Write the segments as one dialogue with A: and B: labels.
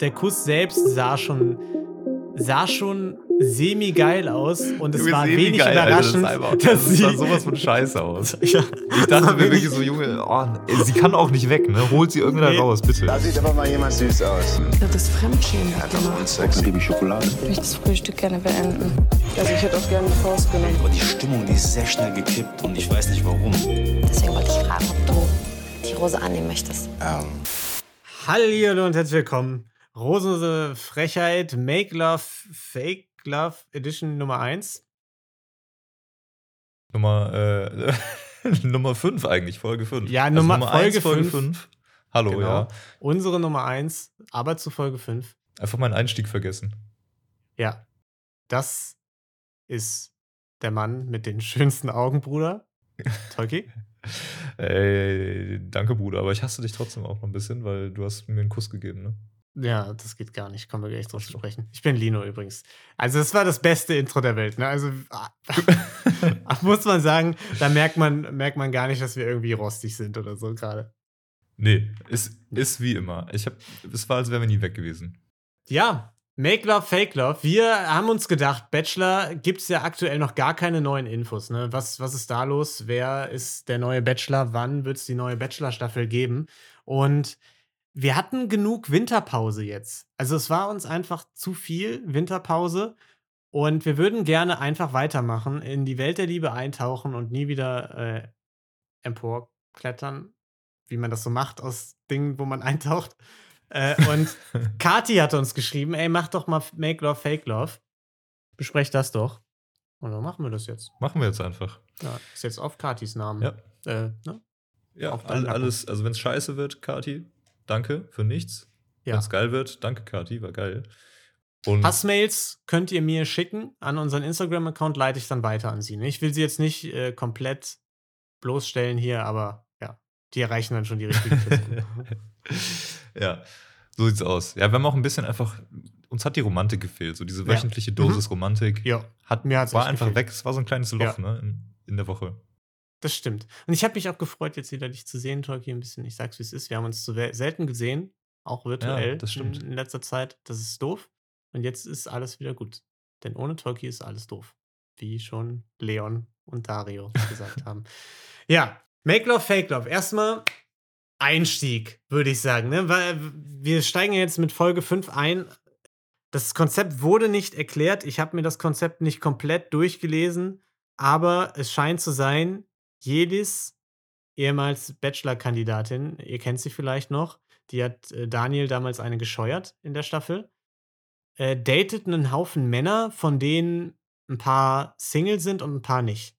A: Der Kuss selbst sah schon, sah schon semi-geil aus und es
B: Junge,
A: war
B: semi-geil,
A: wenig
B: Alter,
A: überraschend,
B: das, ist einfach,
A: dass
B: das
A: sie...
B: sah sowas von scheiße aus.
A: ja, Also
B: Ich
A: das
B: dachte
A: war
B: mir wirklich
A: wenig-
B: so, Junge, oh, ey, sie kann auch nicht weg, ne? Holt sie irgendwann
A: Nee.
B: raus, bitte.
C: Da sieht aber mal jemand süß aus.
D: Das ist Fremdschämen.
C: Hat doch unsexy. Liebe Schokolade.
D: Ich möchte das Frühstück gerne beenden. Also ich hätte auch gerne eine Faust genommen.
E: Aber die Stimmung, die ist sehr schnell gekippt und ich weiß nicht warum.
F: Deswegen wollte ich fragen, ob du die Rose annehmen möchtest.
A: Hallo und herzlich willkommen. Rosenlose Frechheit, Make Love, Fake Love Edition Nummer 1.
B: Nummer, äh, Nummer 5 eigentlich, Folge 5.
A: Ja, Nummer- Folge
B: Folge
A: fünf.
B: 5. Hallo,
A: Genau.
B: ja.
A: Unsere Nummer 1, aber zu Folge 5.
B: Einfach meinen Einstieg vergessen.
A: Ja, das ist der Mann mit den schönsten Augen, Bruder. Tolki.
B: Ey, danke, Bruder, aber ich hasse dich trotzdem auch noch ein bisschen, weil du hast mir einen Kuss gegeben, ne?
A: Ja, das geht gar nicht. Kommen wir gleich drauf zu sprechen. Ich bin Lino übrigens. Also, das war das beste Intro der Welt. Ne? Also, ah,
B: ne?
A: muss man sagen, da merkt man, merkt man gar nicht, dass wir irgendwie rostig sind oder so gerade.
B: Nee, ist, ist wie immer. Ich hab, es war, als wären wir nie weg gewesen.
A: Ja, Make Love, Fake Love. Wir haben uns gedacht, Bachelor gibt es ja aktuell noch gar keine neuen Infos. Ne? Was, was ist da los? Wer ist der neue Bachelor? Wann wird es die neue Bachelor-Staffel geben? Und wir hatten genug Winterpause jetzt. Also es war uns einfach zu viel Winterpause. Und wir würden gerne einfach weitermachen, in die Welt der Liebe eintauchen und nie wieder äh, emporklettern, wie man das so macht aus Dingen, wo man eintaucht. Äh, und Kati hat uns geschrieben, ey, mach doch mal Make Love, Fake Love. Besprecht das doch. Und dann machen wir das jetzt.
B: Machen wir jetzt einfach.
A: Ja, ist jetzt auf Katis Namen.
B: Ja.
A: Äh, ne?
B: Ja,
A: Auf
B: all,
A: deinen Nacken.
B: alles, also wenn es scheiße wird, Kati, danke für nichts.
A: Ja.
B: Wenn es geil wird, danke, Kati, war geil. Und
A: Hassmails könnt ihr mir schicken an unseren Instagram-Account, leite ich dann weiter an sie. ne? Ich will sie jetzt nicht äh, komplett bloßstellen hier, aber ja, die erreichen dann schon die richtigen. Personen.
B: ja, so sieht's aus. Ja, wir haben auch ein bisschen einfach, uns hat die Romantik gefehlt. So diese
A: Ja. Mhm.
B: wöchentliche Dosis Romantik
A: ja,
B: hat,
A: mir hat's
B: war
A: echt
B: einfach
A: gefehlt.
B: weg. Es war so ein kleines Loch, ne, in, in der Woche.
A: das stimmt. Und ich habe mich auch gefreut, jetzt wieder dich zu sehen, Tolki, ein bisschen. Ich sag's, wie es ist. Wir haben uns zu wel- selten gesehen, auch virtuell
B: das stimmt.
A: In, in letzter Zeit. Das ist doof. Und jetzt ist alles wieder gut. Denn ohne Tolki ist alles doof. Wie schon Leon und Dario gesagt haben. Ja, Make Love, Fake Love. Erstmal Einstieg, würde ich sagen. Ne? Weil wir steigen ja jetzt mit Folge 5 ein. Das Konzept wurde nicht erklärt. Ich habe mir das Konzept nicht komplett durchgelesen. Aber es scheint zu sein, Jedis, ehemals Bachelor-Kandidatin, ihr kennt sie vielleicht noch, die hat äh, Daniel damals eine gescheuert in der Staffel, äh, datet einen Haufen Männer, von denen ein paar Single sind und ein paar nicht.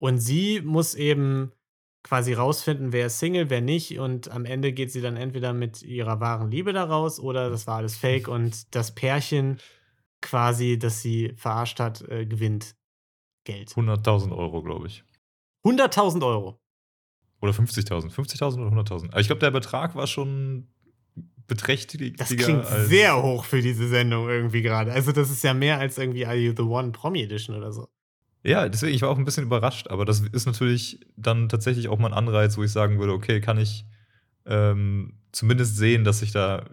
A: Und sie muss eben quasi rausfinden, wer ist Single, wer nicht. Und am Ende geht sie dann entweder mit ihrer wahren Liebe daraus oder das war alles Fake und das Pärchen quasi, das sie verarscht hat, äh, gewinnt Geld.
B: 100.000 Euro, glaube ich.
A: 100.000 Euro.
B: Oder 50.000. 50.000 oder 100.000. Aber ich glaube, der Betrag war schon beträchtlich.
A: Das klingt
B: also
A: sehr hoch für diese Sendung irgendwie gerade. Also, das ist ja mehr als irgendwie Are You the One Promi Edition oder so.
B: Ja, deswegen, ich war auch ein bisschen überrascht, aber das ist natürlich dann tatsächlich auch mal ein Anreiz, wo ich sagen würde, okay, kann ich ähm, zumindest sehen, dass sich da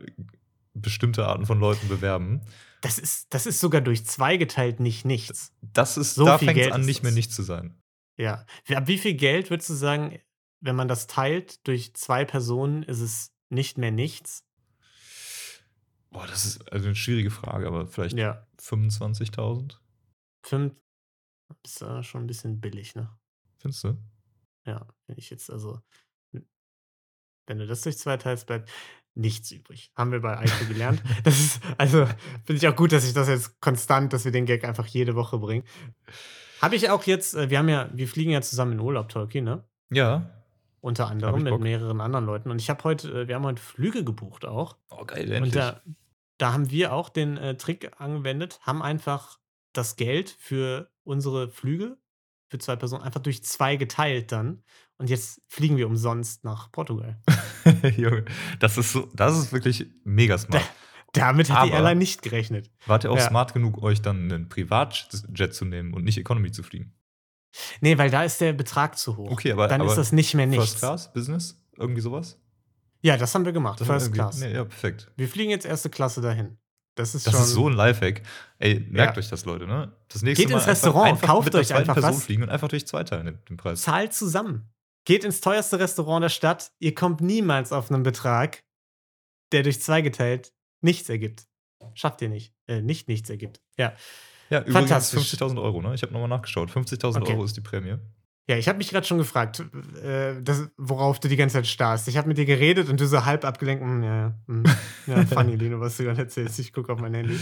B: bestimmte Arten von Leuten bewerben.
A: Das ist, das ist sogar durch zwei geteilt nicht nichts.
B: Das ist,
A: So
B: da
A: viel
B: fängt es
A: Geld
B: an,
A: ist
B: nicht mehr
A: das.
B: nicht zu sein.
A: Ja. Wie- Ab wie viel Geld würdest du sagen, wenn man das teilt durch zwei Personen, ist es nicht mehr nichts?
B: Boah, das ist also eine schwierige Frage, aber vielleicht
A: Ja.
B: 25.000?
A: Fünf ist äh, schon ein bisschen billig, ne?
B: Findest du?
A: Ja, wenn ich jetzt also, wenn du das durch zwei teilst, bleibt nichts übrig. Haben wir bei Eike gelernt. Das ist, also finde ich auch gut, dass ich das jetzt konstant, dass wir den Gag einfach jede Woche bringen. Habe ich auch jetzt, äh, wir haben ja, wir fliegen ja zusammen in Urlaub, Tolki, ne?
B: Ja.
A: Unter
B: ich
A: anderem mit
B: Bock.
A: mehreren anderen Leuten. Und ich habe heute, äh, wir haben heute Flüge gebucht auch.
B: Oh, geil,
A: Und
B: endlich.
A: da, da haben wir auch den äh, Trick angewendet, haben einfach das Geld für unsere Flüge für zwei Personen einfach durch zwei geteilt dann. Und jetzt fliegen wir umsonst nach Portugal.
B: Junge, das ist, so, das ist wirklich mega smart.
A: Damit hat die
B: Aber-
A: Airline nicht gerechnet.
B: Wart ihr auch
A: Ja.
B: smart genug, euch dann einen Privatjet zu nehmen und nicht Economy zu fliegen?
A: Nee, weil da ist der Betrag zu hoch.
B: Okay, aber-
A: dann
B: aber
A: ist das nicht mehr
B: First
A: nichts.
B: Class, Business, irgendwie sowas?
A: Ja, das haben wir gemacht. First
B: Irgendwie-
A: Class.
B: Nee, ja, perfekt.
A: Wir fliegen jetzt erste Klasse dahin. Das ist
B: Das
A: schon.
B: ist so ein Lifehack. Ey, merkt
A: Ja.
B: euch das, Leute, ne? Das nächste
A: Geht
B: Mal
A: ins Restaurant, kauft
B: mit einer
A: euch
B: zweiten
A: einfach
B: Person
A: was.
B: fliegen und einfach durch zwei teilen den Preis.
A: Zahlt zusammen. Geht ins teuerste Restaurant der Stadt. Ihr kommt niemals auf einen Betrag, der durch zwei geteilt nichts ergibt. Schafft ihr nicht. Äh, nicht nichts ergibt. Ja.
B: Ja, übrigens
A: Fantastisch.
B: 50.000 Euro, ne? Ich habe nochmal nachgeschaut. 50.000
A: Okay.
B: Euro ist die Prämie.
A: Ja, ich habe mich gerade schon gefragt, äh, das, worauf du die ganze Zeit starrst. Ich habe mit dir geredet und du so halb abgelenkt. "Mm, ja, ja, mm, ja, funny, Lino, was du gerade erzählst. Ich gucke auf mein Handy.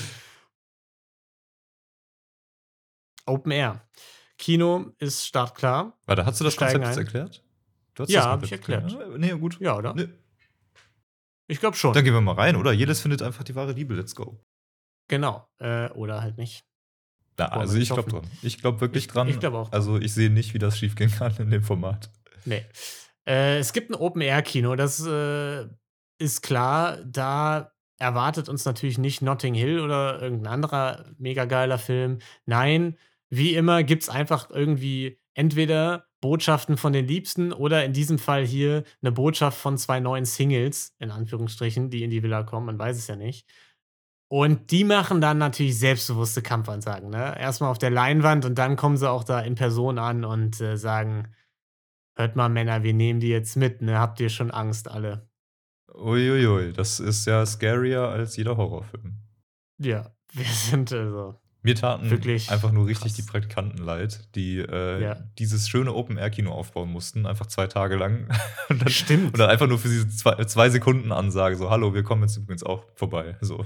A: Open Air. Kino ist startklar.
B: Warte, hast du das
A: Steigen
B: Konzept jetzt
A: ein.
B: erklärt? Du hast
A: Ja,
B: das
A: hab
B: Konzept
A: ich erklärt.
B: erklärt. ne? Nee, gut.
A: Ja, oder?
B: Nee,
A: Ich glaube schon.
B: dann gehen wir mal rein, oder?
A: Mhm.
B: Jedes findet einfach die wahre Liebe. Let's go.
A: Genau. Äh, oder halt nicht.
B: Na,
A: Boah,
B: also
A: wir
B: ich glaube
A: schaffen.
B: dran. Ich glaube wirklich
A: Ich-
B: dran.
A: ich glaub auch dran.
B: Also ich sehe nicht, wie das schiefgehen kann in dem Format.
A: Nee. Äh, es gibt ein Open-Air-Kino, das äh, ist klar. Da erwartet uns natürlich nicht Notting Hill oder irgendein anderer mega geiler Film. Nein, wie immer gibt es einfach irgendwie entweder Botschaften von den Liebsten oder in diesem Fall hier eine Botschaft von zwei neuen Singles, in Anführungsstrichen, die in die Villa kommen, man weiß es ja nicht. Und die machen dann natürlich selbstbewusste Kampfansagen. Ne? Erstmal auf der Leinwand und dann kommen sie auch da in Person an und äh, sagen, Hört mal, Männer, wir nehmen die jetzt mit, ne? Habt ihr schon Angst alle?
B: Uiuiui, das ist ja scarier als jeder Horrorfilm.
A: Ja, wir sind also.
B: Mir taten
A: Wirklich
B: einfach nur richtig
A: krass.
B: die Praktikanten leid, die äh,
A: Ja.
B: dieses schöne Open-Air-Kino aufbauen mussten, einfach zwei Tage lang. Und dann,
A: Stimmt.
B: und dann einfach nur für diese zwei, zwei Sekunden Ansage, so, hallo, wir kommen jetzt übrigens auch vorbei. So.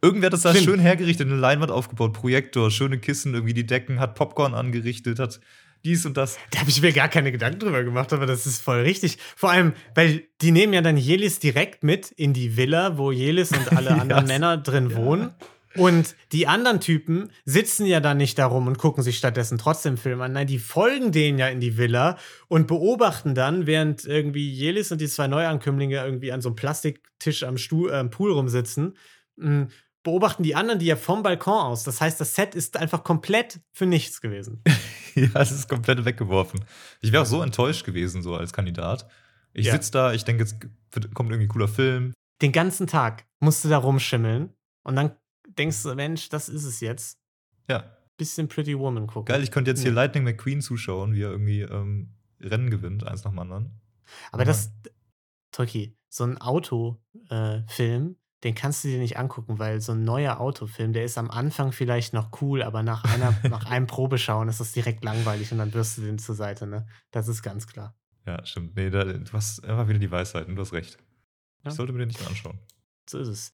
B: Irgendwer hat das da
A: Stimmt.
B: schön hergerichtet, eine Leinwand aufgebaut, Projektor, schöne Kissen, irgendwie die Decken, hat Popcorn angerichtet, hat dies und das.
A: Da habe ich mir gar keine Gedanken drüber gemacht, aber das ist voll richtig. Vor allem, weil die nehmen ja dann Jelis direkt mit in die Villa, wo Jelis und alle
B: Ja.
A: anderen Männer drin
B: Ja.
A: wohnen. Und die anderen Typen sitzen ja dann nicht darum und gucken sich stattdessen trotzdem Film an. Nein, die folgen denen ja in die Villa und beobachten dann, während irgendwie Jelis und die zwei Neuankömmlinge irgendwie an so einem Plastiktisch am, Stuhl, äh, am Pool rumsitzen, mh, beobachten die anderen die ja vom Balkon aus. Das heißt, das Set ist einfach komplett für nichts gewesen.
B: Ja, es ist komplett weggeworfen. Ich wäre auch so enttäuscht gewesen, so als Kandidat. Ich
A: Ja.
B: sitz da, ich denke, jetzt wird- kommt irgendwie ein cooler Film.
A: den ganzen Tag musst du da rumschimmeln und dann denkst du, Mensch, das ist es jetzt.
B: Ja,
A: Bisschen Pretty Woman gucken.
B: geil, ich konnte jetzt hier
A: Ja.
B: Lightning McQueen zuschauen, wie er irgendwie ähm, Rennen gewinnt, eins nach dem anderen.
A: Aber das, Toki, so ein Autofilm, äh, Film, den kannst du dir nicht angucken, weil so ein neuer Autofilm, der ist am Anfang vielleicht noch cool, aber nach, einer, nach einem Probeschauen ist das direkt langweilig und dann wirst du den zur Seite, ne? Das ist ganz klar.
B: Ja, stimmt. Nee, da, du hast einfach wieder die Weisheiten, du hast recht.
A: Ja.
B: Ich sollte mir den nicht mehr anschauen.
A: So ist es.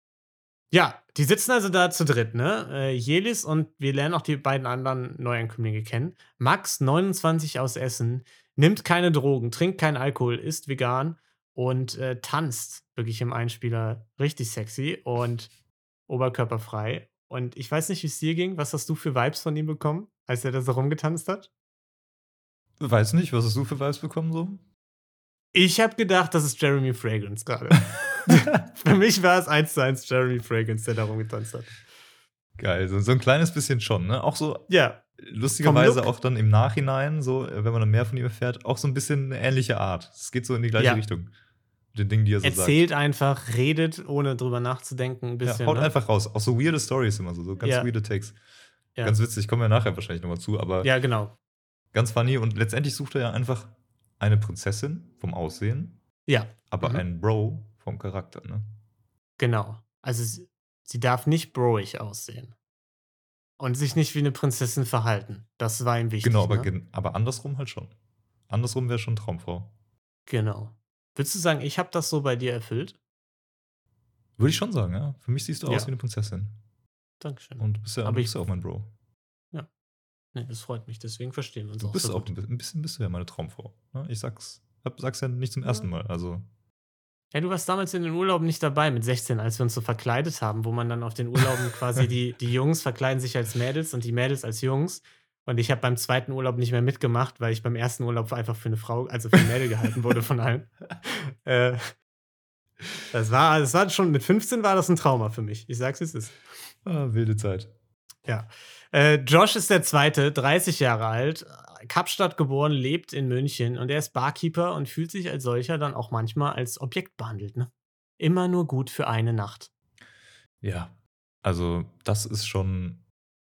A: Ja, die sitzen also da zu dritt, ne? Äh, Jelis und wir lernen auch die beiden anderen Neuankömmlinge kennen. Max, 29 aus Essen, nimmt keine Drogen, trinkt keinen Alkohol, ist vegan und äh, tanzt wirklich im Einspieler richtig sexy und oberkörperfrei. Und ich weiß nicht, wie es dir ging. Was hast du für Vibes von ihm bekommen, als er da so rumgetanzt hat?
B: Weiß nicht, was hast du für Vibes bekommen so?
A: Ich habe gedacht, das ist Jeremy Fragrance gerade. für mich war es eins zu eins Jeremy Fragrance, der da rumgetanzt hat.
B: Geil, so, so ein kleines bisschen schon, ne? Auch so
A: Ja,
B: lustigerweise
A: Look.
B: auch dann im Nachhinein, so, äh, wenn man dann mehr von ihm erfährt, auch so ein bisschen eine ähnliche Art. Es geht so in die gleiche
A: Ja.
B: Richtung. Mit den Dingen, die er so
A: erzählt einfach, redet, ohne drüber nachzudenken, ein
B: sagt.
A: bisschen.
B: Ja, haut
A: ne?
B: einfach raus. Auch so weirde Stories immer so, so ganz
A: Ja.
B: weirde Takes.
A: Ja.
B: Ganz witzig, kommen wir nachher wahrscheinlich nochmal zu, aber
A: ja, genau.
B: ganz funny. Und letztendlich sucht er ja einfach eine Prinzessin vom Aussehen,
A: Ja,
B: aber
A: Mhm.
B: einen Bro vom Charakter, ne?
A: genau. Also sie, sie darf nicht broig aussehen. Und sich nicht wie eine Prinzessin verhalten. Das war ihm wichtig.
B: Genau, aber,
A: ne?
B: gen- aber andersrum halt schon. Andersrum wäre schon Traumfrau.
A: genau. Würdest du sagen, ich habe das so bei dir erfüllt?
B: Würde ich schon sagen, ja. Für mich siehst du
A: Ja.
B: aus wie eine Prinzessin.
A: Dankeschön.
B: Und du bist ja,
A: Aber
B: du
A: ich-
B: bist ja auch mein Bro.
A: nee, das freut mich, deswegen verstehen wir uns
B: Du
A: auch.
B: bist
A: so
B: auch
A: gut.
B: ein bisschen bist du ja meine Traumfrau. Ne? Ich sag's, hab, sag's ja nicht zum ersten Mal. Also,
A: Ja, du warst damals in den Urlauben nicht dabei mit 16, als wir uns so verkleidet haben, wo man dann auf den Urlauben quasi die, die Jungs verkleiden sich als Mädels und die Mädels als Jungs. Und ich habe beim zweiten Urlaub nicht mehr mitgemacht, weil ich beim ersten Urlaub einfach für eine Frau, also für ein Mädel gehalten wurde von allen. Äh, das war, das war schon, mit 15 war das ein Trauma für mich. Ich sag's, wie es ist.
B: ah, wilde Zeit.
A: Äh, Josh ist der Zweite, 30 Jahre alt, Kapstadt geboren, lebt in München und er ist Barkeeper und fühlt sich als solcher dann auch manchmal als Objekt behandelt. Ne? Immer nur gut für eine Nacht.
B: Ja. Also, das ist schon,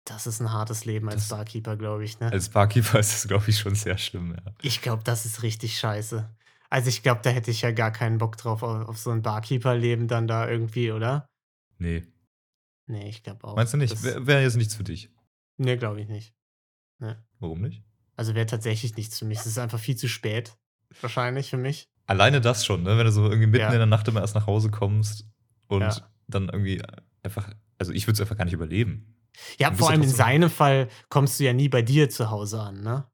A: Das ist ein hartes Leben als
B: Das- Also
A: Barkeeper, glaube ich. Ne?
B: als Barkeeper ist das, glaube ich, schon sehr schlimm, ja.
A: Ich glaube, das ist richtig scheiße. Also ich glaube, da hätte ich ja gar keinen Bock drauf, auf, auf so ein Barkeeper-Leben dann da irgendwie, oder?
B: Nee.
A: Nee, ich glaube auch.
B: Meinst du nicht?
A: Das-
B: Wäre wär jetzt nichts für dich.
A: Nee, glaube ich nicht.
B: Warum nicht?
A: Also wäre tatsächlich nichts für mich. Es ist einfach viel zu spät. Wahrscheinlich für mich.
B: Alleine das schon, ne? Wenn du so irgendwie mitten
A: Ja.
B: in der Nacht immer erst nach Hause kommst und
A: Ja.
B: dann irgendwie einfach, also ich würde es einfach gar nicht überleben.
A: Ja,
B: Du bist
A: vor
B: ja
A: allem in
B: trotzdem-
A: seinem Fall kommst du ja nie bei dir zu Hause an, ne?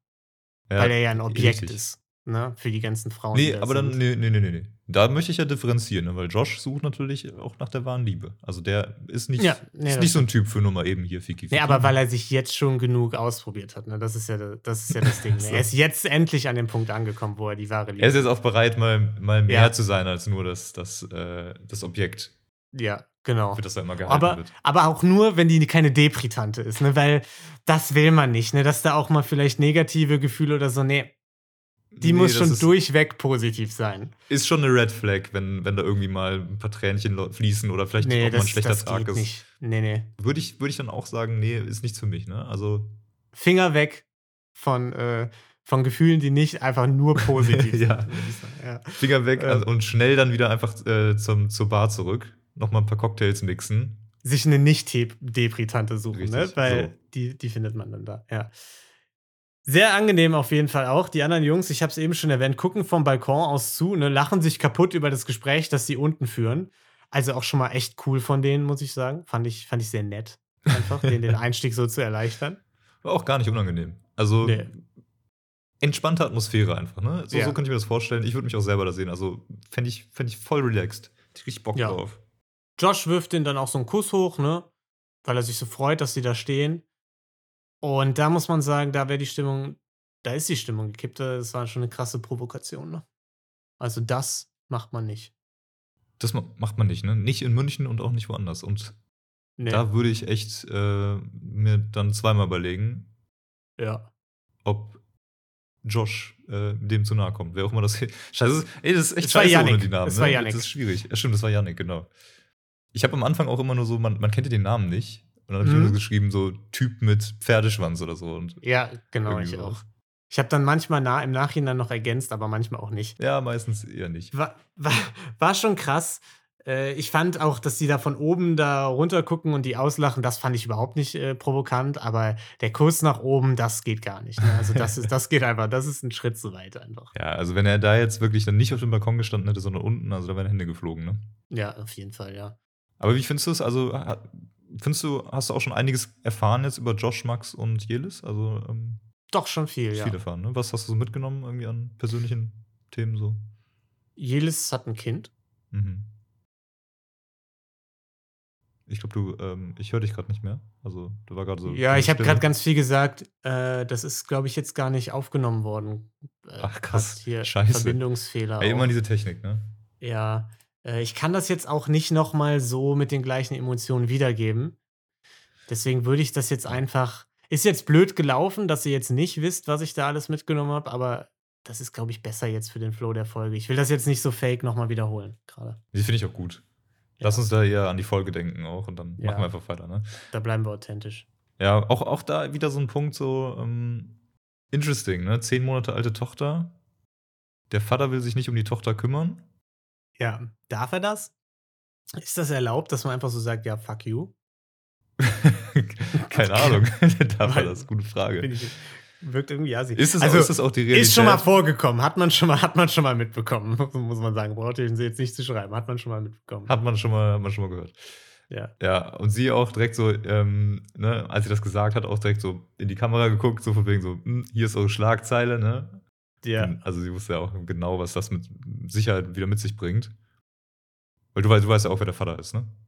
B: Ja,
A: Weil er ja ein Objekt
B: richtig.
A: ist, ne? Für die ganzen Frauen. die
B: Nee,
A: da
B: aber dann,
A: sind.
B: nee, nee, nee, nee, nee. Da möchte ich ja differenzieren, ne? weil Josh sucht natürlich auch nach der wahren Liebe. Also der ist nicht,
A: Ja, nee,
B: ist
A: das
B: nicht so ein Typ für nur mal eben hier Fiki Fiki.
A: Nee, aber weil er sich jetzt schon genug ausprobiert hat, ne? Das ist ja das, ist ja das Ding. Ne?
B: So.
A: Er ist jetzt endlich an dem Punkt angekommen, wo er die wahre Liebe
B: Er ist jetzt auch bereit, mal, mal mehr
A: Ja.
B: zu sein als nur das, das, äh, das Objekt,
A: Ja, genau.
B: für das er immer gehalten
A: Aber,
B: wird.
A: aber auch nur, wenn die keine Depri-Tante ist, ne? Weil das will man nicht, ne? Dass da auch mal vielleicht negative Gefühle oder so, nee, die muss
B: das
A: schon
B: ist,
A: durchweg positiv sein.
B: Ist schon eine Red Flag, wenn, wenn da irgendwie mal ein paar Tränchen lo- fließen oder vielleicht
A: Nee,
B: auch mal
A: das,
B: ein schlechter
A: das
B: Tag
A: geht
B: ist.
A: nicht. Nee, nee.
B: Würde ich, würde ich dann auch sagen, nee, ist nichts für mich, ne? Also,
A: Finger weg von, äh, von Gefühlen, die nicht einfach nur positiv sind.
B: Ja.
A: würde ich sagen. ja.
B: Finger weg
A: Ähm.
B: und schnell dann wieder einfach äh, zum, zur Bar zurück. Nochmal ein paar Cocktails mixen.
A: Sich eine Nicht-Depri-Tante suchen, ne?
B: Richtig,
A: Weil
B: so.
A: die, die findet man dann da, ja. Sehr angenehm auf jeden Fall auch. Die anderen Jungs, ich habe es eben schon erwähnt, gucken vom Balkon aus zu, ne, lachen sich kaputt über das Gespräch, das sie unten führen. Also auch schon mal echt cool von denen, muss ich sagen. Fand ich, fand ich sehr nett, einfach denen den Einstieg so zu erleichtern.
B: War auch gar nicht unangenehm. Also
A: Nee.
B: entspannte Atmosphäre einfach, ne? So,
A: Ja.
B: so könnte ich mir das vorstellen. Ich würde mich auch selber da sehen. Also fände ich, fänd ich voll relaxed. Hätte ich richtig Bock
A: Ja.
B: drauf.
A: Josh wirft den dann auch so einen Kuss hoch, ne? Weil er sich so freut, dass sie da stehen. Und da muss man sagen, da wäre die Stimmung, da ist die Stimmung gekippt. Das war schon eine krasse Provokation, ne? Also das macht man nicht.
B: Das ma- macht man nicht, ne? Nicht in München und auch nicht woanders. Und
A: Nee.
B: da würde ich echt äh, mir dann zweimal überlegen,
A: ja.
B: ob Josh äh, dem zu nahe kommt. Wer auch immer das. Scheiße, ey, das ist echt
A: Es war
B: scheiße ohne
A: Yannick.
B: die Namen.
A: Es
B: ne?
A: war Yannick.
B: Das ist schwierig. Ja, stimmt, das war Yannick, genau. Ich habe am Anfang auch immer nur so, man, man kennt den Namen nicht. Und dann habe ich
A: Mhm.
B: immer so geschrieben, so Typ mit Pferdeschwanz oder so. Und
A: Ja, genau,
B: Irgendwie
A: ich
B: sowas.
A: auch. Ich habe dann manchmal na, im Nachhinein noch ergänzt, aber manchmal auch nicht.
B: Ja, meistens eher nicht.
A: War, war, war schon krass. Äh, Ich fand auch, dass die da von oben da runter gucken und die auslachen, das fand ich überhaupt nicht äh, provokant, aber der Kurs nach oben, das geht gar nicht. Ne? Also das ist, das geht einfach, das ist ein Schritt zu weit einfach.
B: Ja, also wenn er da jetzt wirklich dann nicht auf dem Balkon gestanden hätte, sondern unten, also da wären Hände geflogen, ne?
A: Ja, auf jeden Fall, ja.
B: Aber wie findest du es? Also, ha- findest du, hast du auch schon einiges erfahren jetzt über Josh, Max und Jelis? Also, ähm,
A: Doch schon viel,
B: ist
A: ja.
B: viel erfahren, ne? Was hast du so mitgenommen irgendwie an persönlichen Themen so?
A: Jelis hat ein Kind.
B: Mhm. Ich glaube, du, ähm, ich höre dich gerade nicht mehr. Also, du war gerade so.
A: ja,
B: diese
A: ich habe
B: Stille.
A: gerade ganz viel gesagt. Äh, das ist, glaube ich, jetzt gar nicht aufgenommen worden. Äh,
B: Ach, krass.
A: hat Hier
B: Scheiße.
A: Verbindungsfehler.
B: Ey,
A: auch.
B: immer diese Technik, ne?
A: Ja, äh, ich kann das jetzt auch nicht nochmal so mit den gleichen Emotionen wiedergeben. Deswegen würde ich das jetzt einfach. Ist jetzt blöd gelaufen, dass ihr jetzt nicht wisst, was ich da alles mitgenommen habe, aber das ist, glaube ich, besser jetzt für den Flow der Folge. Ich will das jetzt nicht so fake nochmal wiederholen, gerade.
B: Die finde ich auch gut.
A: Ja.
B: Lass uns da eher an die Folge denken auch und dann
A: Ja.
B: machen wir einfach weiter, ne?
A: Da bleiben wir authentisch.
B: Ja, auch, auch da wieder so ein Punkt, so ähm, interesting, ne? Zehn Monate alte Tochter. Der Vater will sich nicht um die Tochter kümmern.
A: Ja, darf er das? Ist das erlaubt, dass man einfach so sagt, ja, fuck you?
B: Keine Ahnung. da war das, gute
A: Finde
B: Frage.
A: ich, wirkt irgendwie assi.
B: Ist es,
A: Also,
B: ist das auch die Realität?
A: Ist schon mal vorgekommen, hat man schon mal, hat man schon mal mitbekommen, muss man sagen. Braucht ihr jetzt nicht zu schreiben, hat man schon mal mitbekommen.
B: hat man schon mal, hat man schon mal gehört.
A: Ja.
B: Ja, und sie auch direkt so, ähm, ne, als sie das gesagt hat, auch direkt so in die Kamera geguckt, so von wegen so, hm, hier ist eure Schlagzeile, ne?
A: ja.
B: Also sie wusste ja auch genau, was das mit Sicherheit wieder mit sich bringt. Weil du weißt, du weißt ja auch, wer der Vater ist, ne?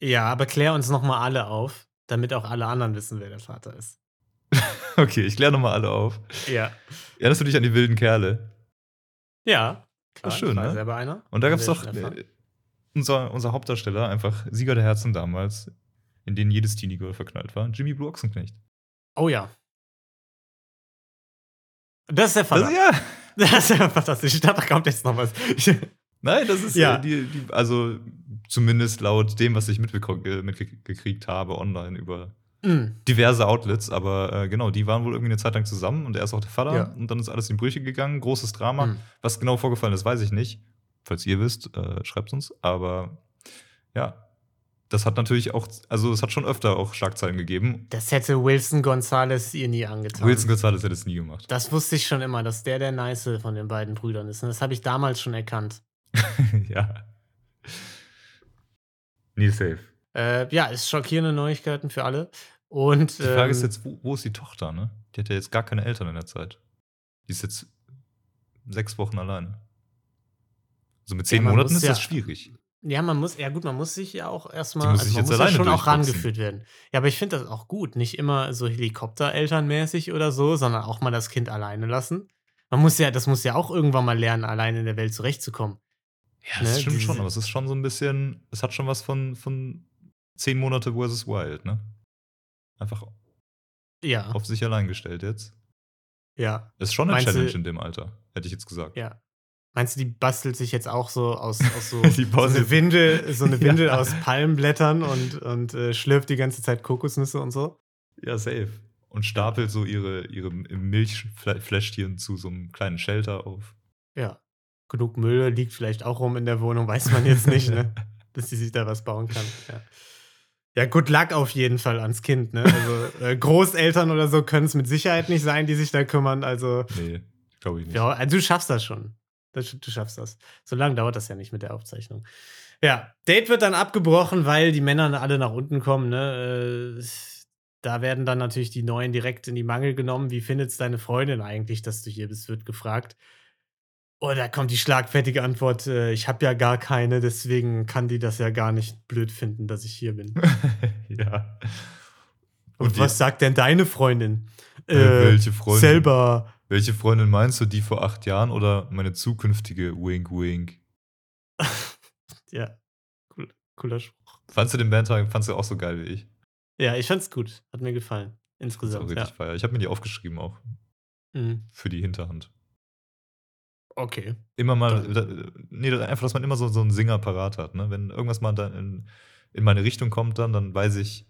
A: Ja, aber klär uns nochmal alle auf, damit auch alle anderen wissen, wer der Vater ist.
B: Okay, ich kläre nochmal alle auf.
A: Ja.
B: Erinnerst du dich an die wilden Kerle?
A: Ja. Klar,
B: schön,
A: ich war
B: ne?
A: selber einer.
B: Und da gab es
A: Sehr
B: doch
A: schnell fahren.
B: äh, unser, unser Hauptdarsteller, einfach Sieger der Herzen damals, in denen jedes Teenie Girl verknallt war. Jimmy Blue Ochsenknecht.
A: Oh ja. Das ist der Fall.
B: Das, ja.
A: Das ist ja fantastisch. Ich dachte, da kommt jetzt noch was.
B: Nein, das ist
A: Ja.
B: ja die, die, also zumindest laut dem, was ich mitbeko- äh, mitgekriegt habe online über
A: Mm.
B: diverse Outlets, aber äh, genau, die waren wohl irgendwie eine Zeit lang zusammen und er ist auch der Vater
A: Ja.
B: und dann ist alles in die Brüche gegangen, großes Drama.
A: Mhm.
B: Was genau vorgefallen ist, weiß ich nicht. Falls ihr wisst, äh, schreibt uns, aber ja, das hat natürlich auch, also es hat schon öfter auch Schlagzeilen gegeben.
A: Das hätte Wilson Gonzalez ihr nie angetan.
B: Wilson Gonzalez hätte es nie gemacht.
A: das wusste ich schon immer, dass der der Nice von den beiden Brüdern ist. Und das habe ich damals schon erkannt.
B: ja. Nie safe.
A: Äh, ja, ist schockierende Neuigkeiten für alle. Und
B: Die Frage
A: ähm,
B: ist jetzt, wo, wo ist die Tochter, ne? Die hat ja jetzt gar keine Eltern in der Zeit. Die ist jetzt sechs Wochen alleine. Also mit zehn
A: man
B: Monaten
A: muss
B: ist das
A: ja-
B: schwierig.
A: Ja, man muss, ja gut, man muss sich ja auch erstmal,
B: Die muss
A: also
B: sich
A: man
B: jetzt
A: muss ja
B: alleine
A: schon auch
B: durchboxen.
A: rangeführt werden. Ja, aber ich finde das auch gut, nicht immer so Helikopterelternmäßig oder so, sondern auch mal das Kind alleine lassen. Man muss ja, das muss ja auch irgendwann mal lernen, alleine in der Welt zurechtzukommen.
B: Ja, das
A: Ne,
B: stimmt
A: diese-
B: schon, aber es ist schon so ein bisschen, es hat schon was von, von zehn Monate versus Wild, ne? Einfach
A: Ja,
B: auf sich allein gestellt jetzt.
A: ja,
B: Ist schon eine
A: Meinst du-
B: Challenge in dem Alter, hätte ich jetzt gesagt.
A: ja. Meinst du, die bastelt sich jetzt auch so aus, aus so,
B: Die
A: so
B: baut
A: eine
B: jetzt-
A: Windel, so eine Windel
B: Ja.
A: aus Palmblättern und, und äh, schlürft die ganze Zeit Kokosnüsse und so?
B: Ja, safe. Und stapelt so ihre, ihre Milchfläschchen zu so einem kleinen Shelter auf.
A: Ja. Genug Müll liegt vielleicht auch rum in der Wohnung, weiß man jetzt nicht, ne? dass sie sich da was bauen kann. Ja. Ja, good luck auf jeden Fall ans Kind. Ne? Also äh, Großeltern oder so können es mit Sicherheit nicht sein, die sich da kümmern. Also
B: Nee, glaube ich nicht.
A: ja, also du schaffst das schon. Das, du schaffst das. So lange dauert das ja nicht mit der Aufzeichnung. Ja, Date wird dann abgebrochen, weil die Männer alle nach unten kommen. Ne? Äh, da werden dann natürlich die Neuen direkt in die Mangel genommen. Wie findet deine Freundin eigentlich, dass du hier bist, wird gefragt. Oh, da kommt die schlagfertige Antwort, äh, ich habe ja gar keine, deswegen kann die das ja gar nicht blöd finden, dass ich hier bin.
B: ja.
A: Und,
B: die-
A: was sagt denn deine Freundin?
B: Äh, welche Freundin?
A: Selber.
B: Welche Freundin meinst du, die vor acht Jahren oder meine zukünftige Wink Wink?
A: Ja, cool, cooler Spruch.
B: Fandst du den Bandtag, fandst du auch so geil wie ich?
A: Ja, ich fand's gut. Hat mir gefallen.
B: Das ist auch
A: Insgesamt.
B: richtig
A: Ja.
B: feier. Ich habe mir die aufgeschrieben auch
A: Mhm.
B: für die Hinterhand.
A: Okay.
B: Immer mal, da, nee, da- einfach, dass man immer so, so einen Singer parat hat. Ne? Wenn irgendwas mal dann in, in meine Richtung kommt, dann, dann weiß ich,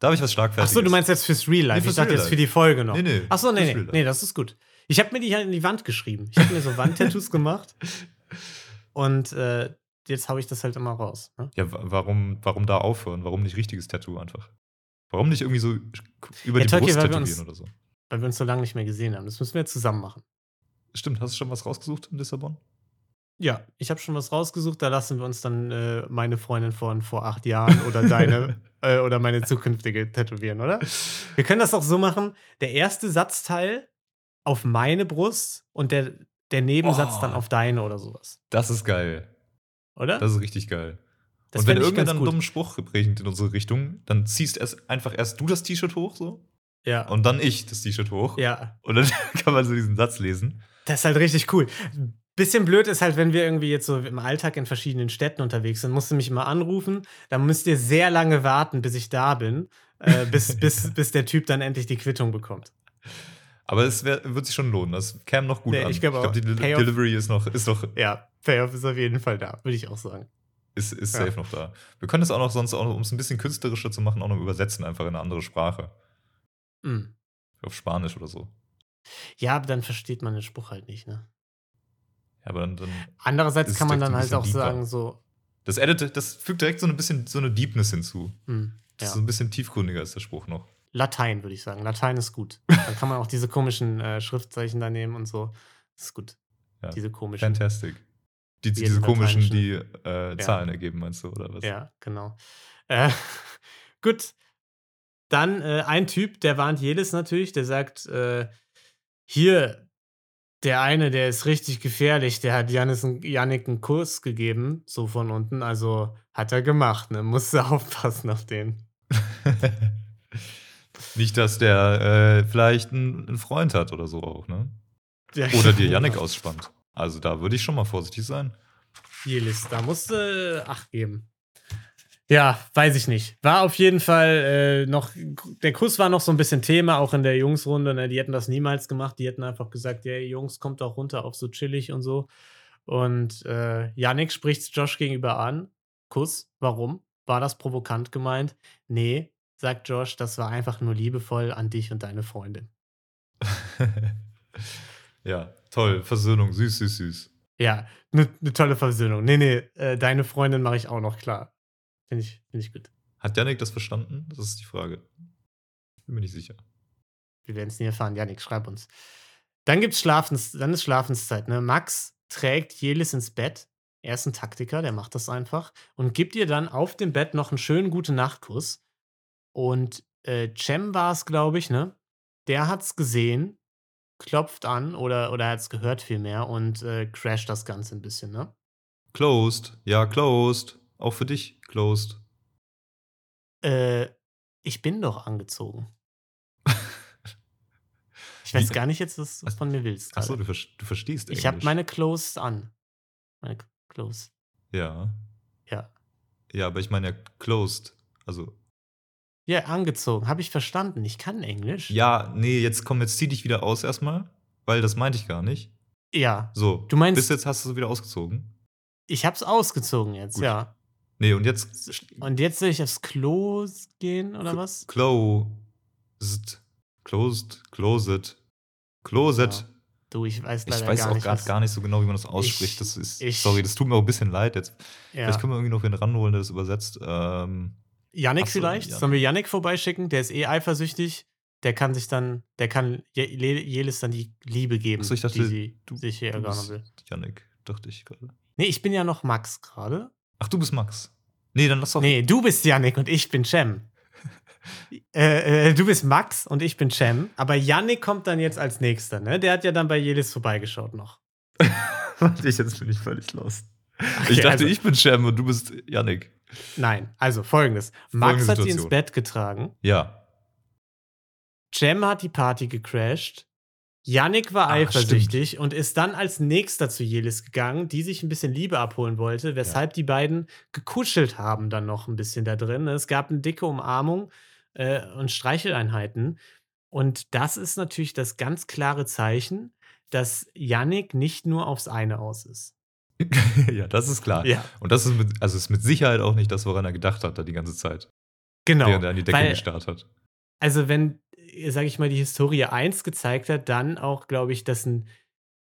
B: da habe ich was Schlagfertiges.
A: Achso, du meinst jetzt fürs Real Life.
B: Nee, fürs
A: ich dachte
B: Real
A: jetzt
B: Life.
A: für die Folge noch.
B: Nee, nee,
A: Achso, nee,
B: fürs
A: nee.
B: Real Life.
A: Nee, das ist gut. Ich habe mir die halt in die Wand geschrieben. Ich habe mir so Wandtattoos gemacht. Und äh, jetzt hau ich das halt immer raus. Ne?
B: Ja, wa- warum, warum da aufhören? Warum nicht richtiges Tattoo einfach? Warum nicht irgendwie so über
A: Ja,
B: die
A: Turkey,
B: Brust
A: weil wir
B: tätowieren
A: uns-
B: oder so?
A: Weil wir uns so lange nicht mehr gesehen haben. Das müssen wir jetzt zusammen machen.
B: Stimmt, hast du schon was rausgesucht in Lissabon?
A: Ja, ich habe schon was rausgesucht. Da lassen wir uns dann äh, meine Freundin von vor acht Jahren oder deine äh, oder meine zukünftige tätowieren, oder? Wir können das auch so machen: der erste Satzteil auf meine Brust und der, der Nebensatz
B: Oh.
A: dann auf deine oder sowas.
B: Das ist geil.
A: Oder?
B: Das ist richtig geil.
A: Das
B: und wenn
A: fänd ich
B: irgendwer
A: ganz
B: dann einen
A: gut.
B: dummen Spruch bringt in unsere Richtung, dann ziehst erst einfach erst du das T-Shirt hoch so
A: ja.
B: und dann ich das T-Shirt hoch.
A: ja,
B: Und dann kann man so diesen Satz lesen.
A: das ist halt richtig cool. Bisschen blöd ist halt, wenn wir irgendwie jetzt so im Alltag in verschiedenen Städten unterwegs sind, musst du mich immer anrufen. Dann müsst ihr sehr lange warten, bis ich da bin, äh, bis, bis, bis der Typ dann endlich die Quittung bekommt.
B: Aber es wär, wird sich schon lohnen. Das käme noch gut
A: Nee,
B: an.
A: ich glaub auch,
B: die Del
A: Payoff-
B: Delivery ist noch, ist noch
A: Ja, Payoff ist auf jeden Fall da, würde ich auch sagen.
B: ist, ist
A: Ja.
B: safe noch da. Wir können es auch noch sonst, auch noch, um es ein bisschen künstlerischer zu machen, auch noch übersetzen, einfach in eine andere Sprache.
A: Mm.
B: Auf Spanisch oder so.
A: Ja, aber dann versteht man den Spruch halt nicht, ne?
B: Ja, aber dann, dann
A: Andererseits
B: Es
A: kann man
B: steckt
A: dann
B: ein
A: halt
B: bisschen
A: auch
B: deeper.
A: sagen, so,
B: das, edit, das fügt direkt so ein bisschen so eine Deepness hinzu.
A: hm, Ja.
B: Das ist so ein bisschen tiefgründiger ist der Spruch noch.
A: Latein, würde ich sagen. Latein ist gut. Dann kann man auch diese komischen äh, Schriftzeichen da nehmen und so. Das ist gut.
B: Ja.
A: Diese komischen.
B: Fantastic. Die,
A: Wie
B: diese
A: in
B: komischen,
A: lateinischen-
B: die äh, Zahlen ergeben, meinst du, oder was?
A: Ja, genau. Äh, gut. Dann äh, ein Typ, der warnt jedes natürlich, der sagt, äh, hier, der eine, der ist richtig gefährlich, der hat Janis, Janik einen Kurs gegeben, so von unten, also hat er gemacht, ne? Musste aufpassen auf den.
B: Nicht, dass der äh, vielleicht einen einen Freund hat oder so auch, ne?
A: Der-
B: Oder dir Yannick ausspannt. Also da würde ich schon mal vorsichtig sein.
A: Jelis, da musste Acht äh, geben. Ja, weiß ich nicht. War auf jeden Fall äh, noch, der Kuss war noch so ein bisschen Thema, auch in der Jungsrunde. Ne? Die hätten das niemals gemacht. Die hätten einfach gesagt, ja, Jungs, kommt doch runter auf so chillig und so. Und äh, Yannick spricht Josh gegenüber an. Kuss, warum? War das provokant gemeint? Nee, sagt Josh, das war einfach nur liebevoll an dich und deine Freundin.
B: ja, toll. Versöhnung. Süß, süß, süß.
A: Ja, eine ne tolle Versöhnung. Nee, nee, äh, deine Freundin mache ich auch noch klar. Finde ich, find ich gut.
B: Hat Yannick das verstanden? Das ist die Frage. Bin mir nicht sicher.
A: Wir werden es nie erfahren. Janik, schreib uns. Dann gibt's Schlafens, dann ist Schlafenszeit. Ne? Max trägt Jelis ins Bett. Er ist ein Taktiker, der macht das einfach. Und gibt ihr dann auf dem Bett noch einen schönen gute Nachtkuss. Und äh, Cem war es, glaube ich, ne? Der hat's gesehen, klopft an oder, oder hat's gehört vielmehr und äh, crasht das Ganze ein bisschen, ne?
B: Closed. Ja, closed. Auch für dich closed.
A: Äh, ich bin doch angezogen. Ich weiß
B: Wie-
A: gar nicht jetzt, was du von mir willst.
B: Achso,
A: gerade.
B: du, ver- du verstehst Englisch.
A: Ich habe meine Clothes an. Meine K- Clothes.
B: Ja.
A: Ja.
B: Ja, aber ich meine ja closed. Also,
A: Ja, angezogen. Habe ich verstanden. Ich kann Englisch.
B: ja, nee, jetzt komm, jetzt zieh dich wieder aus erstmal, weil das meinte ich gar nicht.
A: Ja.
B: So,
A: Du meinst-
B: bis jetzt hast du es wieder ausgezogen.
A: Ich hab's ausgezogen jetzt,
B: Gut.
A: ja.
B: Nee, und jetzt
A: Und jetzt soll ich aufs Klo gehen oder was?
B: closed. Closed, closed. Closed.
A: Ja, Du, ich weiß leider
B: ich weiß
A: gar
B: auch
A: nicht.
B: gerade
A: was-
B: gar nicht so genau, wie man das ausspricht.
A: Ich-
B: das ist,
A: ich-
B: sorry, das tut mir auch ein bisschen leid jetzt. Vielleicht
A: Ja.
B: können wir irgendwie noch wen ranholen, der das übersetzt. Ähm,
A: Yannick
B: Ach so,
A: vielleicht?
B: ja.
A: Sollen wir Yannick vorbeischicken? Der ist eh eifersüchtig. Der kann sich dann, der kann Je- Le- Jelis dann die Liebe geben,
B: Ach so, ich dachte,
A: die sie
B: du-
A: sich hier
B: du
A: ergaunern
B: bist-
A: will.
B: Janik, dachte ich gerade.
A: Nee, ich bin ja noch Max gerade.
B: Ach, du bist Max. Nee, dann lass doch.
A: Oh. Nee, du bist Yannick und ich bin Cem. äh, äh, du bist Max und ich bin Cem. Aber Yannick kommt dann jetzt als nächster, ne? Der hat ja dann bei Jelis vorbeigeschaut noch.
B: Warte, ich, jetzt bin ich völlig lost.
A: Okay,
B: ich dachte,
A: also-
B: ich bin Cem und du bist Yannick.
A: Nein, also folgendes. Max
B: Folgende
A: hat sie ins
B: Situation.
A: Bett getragen.
B: Ja.
A: Cem hat die Party gecrashed. Yannick war
B: Ah,
A: eifersüchtig und ist dann als nächster zu Jelis gegangen, die sich ein bisschen Liebe abholen wollte, weshalb die beiden gekuschelt haben dann noch ein bisschen da drin. Es gab eine dicke Umarmung äh, und Streicheleinheiten. Und das ist natürlich das ganz klare Zeichen, dass Yannick nicht nur aufs eine aus ist.
B: ja, das ist klar.
A: Ja,
B: Und das ist mit, also ist mit Sicherheit auch nicht das, woran er gedacht hat, da die ganze Zeit,
A: genau.
B: während er an die Decke
A: Weil-
B: gestarrt hat.
A: also wenn, sage ich mal, die Historie 1 gezeigt hat, dann auch, glaube ich, dass ein,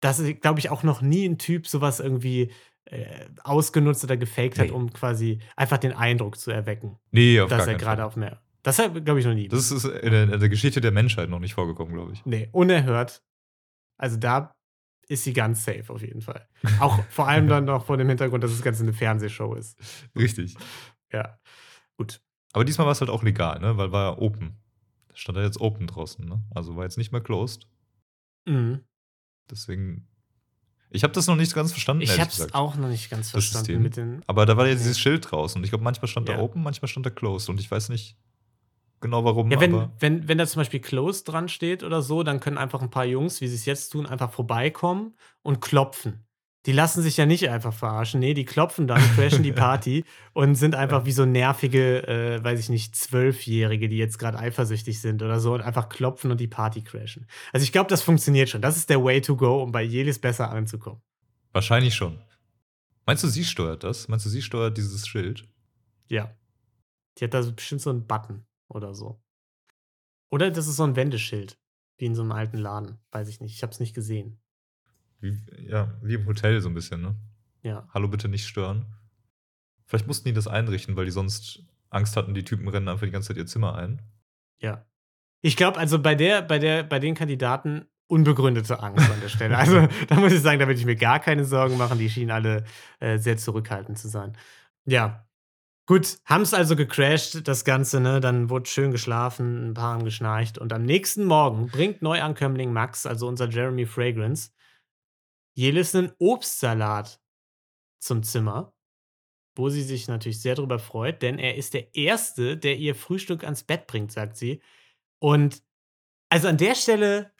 A: dass, äh, glaube ich, auch noch nie ein Typ sowas irgendwie äh, ausgenutzt oder gefaked hat,
B: Nee.
A: um quasi einfach den Eindruck zu erwecken,
B: Nee, auf
A: dass
B: gar
A: er
B: keinen
A: gerade
B: Fall.
A: auf mehr. Das hat, glaube ich, noch nie.
B: Das ist in der, in der Geschichte der Menschheit noch nicht vorgekommen, glaube ich.
A: nee, unerhört. Also da ist sie ganz safe auf jeden Fall. Auch vor allem dann noch vor dem Hintergrund, dass das Ganze eine Fernsehshow ist.
B: Richtig.
A: Ja, gut.
B: Aber diesmal war es halt auch legal, ne? Weil war ja open. Da stand ja jetzt open draußen, ne? Also war jetzt nicht mehr closed.
A: Mhm.
B: Deswegen. Ich habe das noch nicht ganz verstanden,
A: Ich
B: Hm, ehrlich
A: habe es
B: gesagt.
A: auch noch nicht ganz
B: Das
A: verstanden
B: System.
A: mit den
B: Aber da war ja dieses Schild draußen. Und ich glaube, manchmal stand
A: Ja.
B: da open, manchmal stand da closed. Und ich weiß nicht genau warum.
A: Ja, wenn,
B: aber
A: wenn, wenn da zum Beispiel Close dran steht oder so, dann können einfach ein paar Jungs, wie sie es jetzt tun, einfach vorbeikommen und klopfen. Die lassen sich ja nicht einfach verarschen. Nee, die klopfen dann, crashen die Party und sind einfach wie so nervige, äh, weiß ich nicht, Zwölfjährige, die jetzt gerade eifersüchtig sind oder so und einfach klopfen und die Party crashen. Also ich glaube, das funktioniert schon. Das ist der Way to go, um bei Jelis besser anzukommen.
B: wahrscheinlich schon. Meinst du, sie steuert das? Meinst du, sie steuert dieses Schild?
A: Ja. Die hat da so bestimmt so einen Button oder so. Oder das ist so ein Wendeschild, wie in so einem alten Laden. Weiß ich nicht. Ich habe es nicht gesehen.
B: Wie, ja, wie im Hotel so ein bisschen, ne?
A: Ja,
B: Hallo, bitte nicht stören. Vielleicht mussten die das einrichten, weil die sonst Angst hatten, die Typen rennen einfach die ganze Zeit ihr Zimmer ein.
A: ja. Ich glaube, also bei der, bei der, bei den Kandidaten unbegründete Angst an der Stelle. Also da muss ich sagen, da würde ich mir gar keine Sorgen machen. Die schienen alle äh, sehr zurückhaltend zu sein. Ja. Gut, haben es also gecrashed, das Ganze, ne? Dann wurde schön geschlafen, ein paar haben geschnarcht. Und am nächsten Morgen bringt Neuankömmling Max, also unser Jeremy Fragrance, Jelis einen Obstsalat zum Zimmer, wo sie sich natürlich sehr darüber freut, denn er ist der Erste, der ihr Frühstück ans Bett bringt, sagt sie. Und also an der Stelle,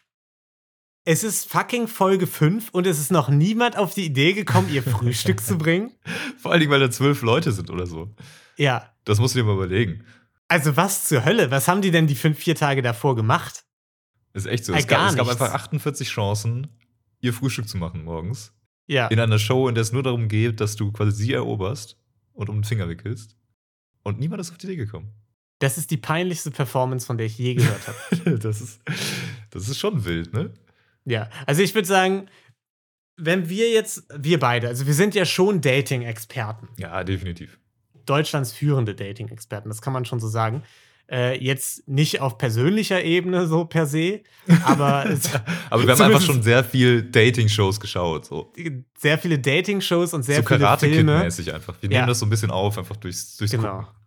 A: es ist fucking Folge 5 und es ist noch niemand auf die Idee gekommen, ihr Frühstück zu bringen.
B: Vor allen Dingen, weil da zwölf Leute sind oder so.
A: Ja.
B: Das musst du dir mal überlegen.
A: Also was zur Hölle? Was haben die denn die fünf, vier Tage davor gemacht?
B: Ist echt so.
A: Ey,
B: Es
A: Äh,
B: gab,
A: gar
B: es gab
A: nichts.
B: einfach 48 Chancen, ihr Frühstück zu machen morgens.
A: Ja.
B: In einer Show, in der es nur darum geht, dass du quasi sie eroberst und um den Finger wickelst. Und niemand ist auf die Idee gekommen.
A: Das ist die peinlichste Performance, von der ich je gehört habe.
B: das, ist, das ist schon wild, ne?
A: Ja, also ich würde sagen, wenn wir jetzt, wir beide, also wir sind ja schon Dating-Experten,
B: Ja, definitiv.
A: Deutschlands führende Dating-Experten, das kann man schon so sagen. Äh, jetzt nicht auf persönlicher Ebene so per se, aber es-
B: Aber wir haben einfach
A: Zumindest-
B: schon sehr viel Dating-Shows geschaut. So,
A: sehr viele Dating-Shows und sehr
B: so
A: viele
B: Karate
A: Filme.
B: Kid-mäßig einfach. Wir
A: Ja.
B: nehmen das so ein bisschen auf, einfach durchs, durchs
A: Genau.
B: Gucken.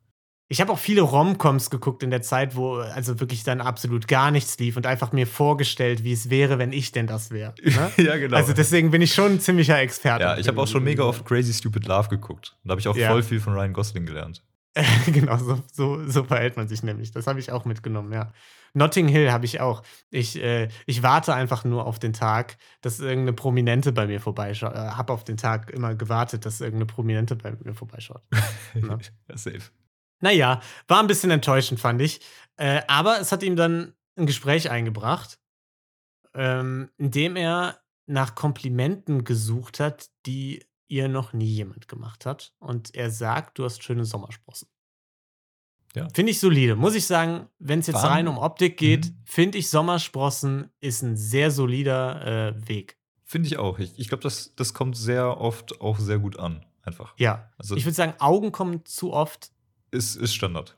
A: Ich habe auch viele Romcoms geguckt in der Zeit, wo also wirklich dann absolut gar nichts lief und einfach mir vorgestellt, wie es wäre, wenn ich denn das wäre. Ne?
B: ja, genau.
A: Also deswegen bin ich schon ein ziemlicher Experte.
B: ja, ich habe auch schon mega oft Crazy Stupid Love geguckt. Und da habe ich auch
A: Ja.
B: voll viel von Ryan Gosling gelernt.
A: genau, so, so, so verhält man sich nämlich. Das habe ich auch mitgenommen, ja. Notting Hill habe ich auch. Ich, äh, ich warte einfach nur auf den Tag, dass irgendeine Prominente bei mir vorbeischaut. Äh, habe auf den Tag immer gewartet, dass irgendeine Prominente bei mir vorbeischaut. Ja.
B: ja, safe.
A: Naja, war ein bisschen enttäuschend, fand ich. Äh, aber es hat ihm dann ein Gespräch eingebracht, ähm, in dem er nach Komplimenten gesucht hat, die ihr noch nie jemand gemacht hat. Und er sagt, du hast schöne Sommersprossen.
B: Ja.
A: Finde ich solide. Muss ich sagen, wenn es jetzt
B: War-
A: rein um Optik geht,
B: Mhm.
A: finde ich Sommersprossen ist ein sehr solider äh, Weg.
B: Finde ich auch. Ich, ich glaube, das, das kommt sehr oft auch sehr gut an. Einfach.
A: Ja.
B: Also
A: Ich würde sagen, Augen kommen zu oft
B: ist, ist Standard.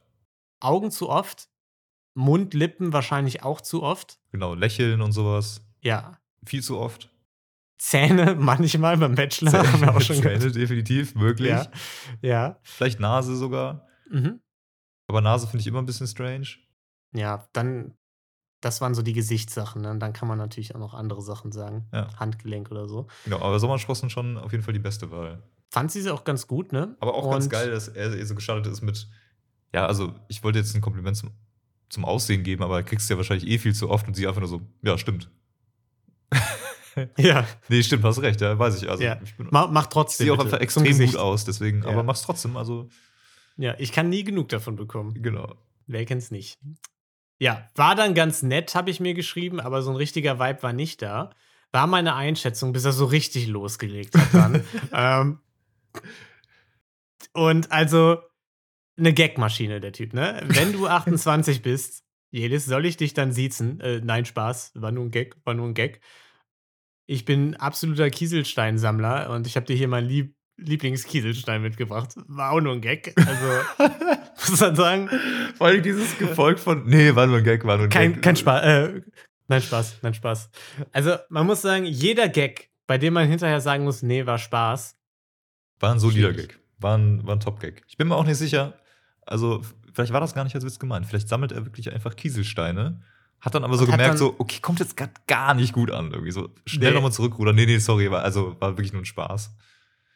A: Augen zu oft, Mund, Lippen wahrscheinlich auch zu oft.
B: Genau, lächeln und sowas.
A: Ja.
B: Viel zu oft.
A: Zähne manchmal beim Bachelor haben wir auch schon
B: Zähne
A: gehört.
B: definitiv, möglich.
A: Ja. Ja.
B: Vielleicht Nase sogar.
A: Mhm.
B: Aber Nase finde ich immer ein bisschen strange.
A: ja, dann, das waren so die Gesichtssachen. Ne? Und dann kann man natürlich auch noch andere Sachen sagen.
B: Ja.
A: Handgelenk oder so.
B: Genau, aber Sommersprossen schon auf jeden Fall die beste Wahl.
A: Fand sie auch ganz gut, ne?
B: Aber auch ganz
A: Und-
B: geil, dass er eh so gestartet ist mit, ja, also ich wollte jetzt ein Kompliment zum, zum Aussehen geben, aber kriegst du ja wahrscheinlich eh viel zu oft und sie einfach nur so, ja, stimmt.
A: Ja,
B: Nee, stimmt, hast recht, ja, weiß ich. Also
A: Ja.
B: ich bin,
A: ma mach
B: ich
A: trotzdem.
B: sehe auch
A: bitte,
B: einfach
A: zum
B: extrem gut
A: Gesicht.
B: aus, deswegen,
A: Ja.
B: aber mach's trotzdem, also
A: Ja, ich kann nie genug davon bekommen.
B: genau.
A: Wer kennt's nicht? Ja, war dann ganz nett, habe ich mir geschrieben, aber so ein richtiger Vibe war nicht da. War meine Einschätzung, bis er so richtig losgelegt hat dann. ähm, und also eine Gagmaschine, der Typ, ne? Wenn du 28 bist, jedes soll ich dich dann siezen. Äh, nein, Spaß, war nur ein Gag, war nur ein Gag. Ich bin absoluter Kieselsteinsammler und ich habe dir hier meinen Lieb Lieblingskieselstein mitgebracht. War auch nur ein Gag. Also, muss man sagen,
B: Vor allem dieses Gefolg von, nee, war nur ein Gag, war nur ein
A: kein,
B: Gag.
A: kein Spaß. Äh, nein, Spaß, nein, Spaß. Also, man muss sagen, jeder Gag, bei dem man hinterher sagen muss, nee, war Spaß.
B: War ein solider
A: Schwierig.
B: Gag. War ein, war ein Top-Gag. Ich bin mir auch nicht sicher. Also, f- vielleicht war das gar nicht als Witz gemeint. Vielleicht sammelt er wirklich einfach Kieselsteine. Hat dann aber so
A: Und hat
B: gemerkt,
A: dann-
B: so, okay, kommt jetzt gerade gar nicht gut an. Irgendwie so, schnell
A: Nee.
B: nochmal zurückrudern. Nee, nee, sorry, war, also war wirklich nur ein Spaß.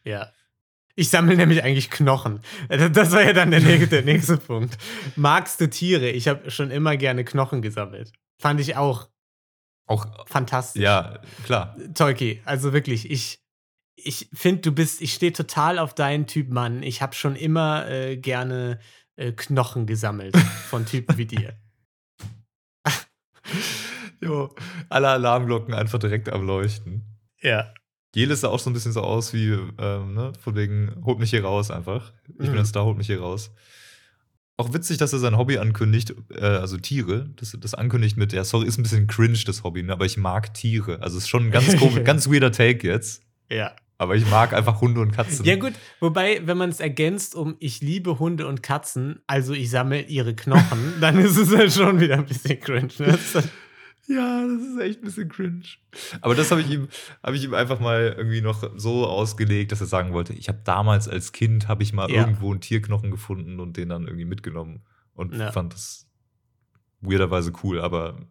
A: Ja. Ich sammle nämlich eigentlich Knochen. Das das war ja dann der nächste, der nächste Punkt. Magst du Tiere? Ich habe schon immer gerne Knochen gesammelt. Fand ich auch
B: Auch,
A: fantastisch.
B: ja, klar.
A: Tolki, also wirklich, ich, ich finde, du bist, ich stehe total auf deinen Typ Mann. Ich habe schon immer äh, gerne äh, Knochen gesammelt von Typen wie dir.
B: Jo, alle Alarmglocken einfach direkt am Leuchten.
A: Ja.
B: Jelis sah auch so ein bisschen so aus wie, ähm, ne, von wegen, holt mich hier raus einfach. Ich
A: Mhm.
B: bin ein Star, holt mich hier raus. Auch witzig, dass er sein Hobby ankündigt, äh, also Tiere, das, das ankündigt mit, ja, sorry, ist ein bisschen cringe, das Hobby, ne, aber ich mag Tiere. Also ist schon ein ganz komisch, ganz weirder Take jetzt.
A: Ja.
B: Aber ich mag einfach Hunde und Katzen.
A: Ja, gut, wobei, wenn man es ergänzt um ich liebe Hunde und Katzen, also ich sammle ihre Knochen, dann ist es ja schon wieder ein bisschen cringe. Ne?
B: Ja, das ist echt ein bisschen cringe. Aber das habe ich ihm, habe ich ihm einfach mal irgendwie noch so ausgelegt, dass er sagen wollte, ich habe damals als Kind habe ich mal
A: Ja.
B: irgendwo einen Tierknochen gefunden und den dann irgendwie mitgenommen und
A: Ja.
B: fand das weirderweise cool, aber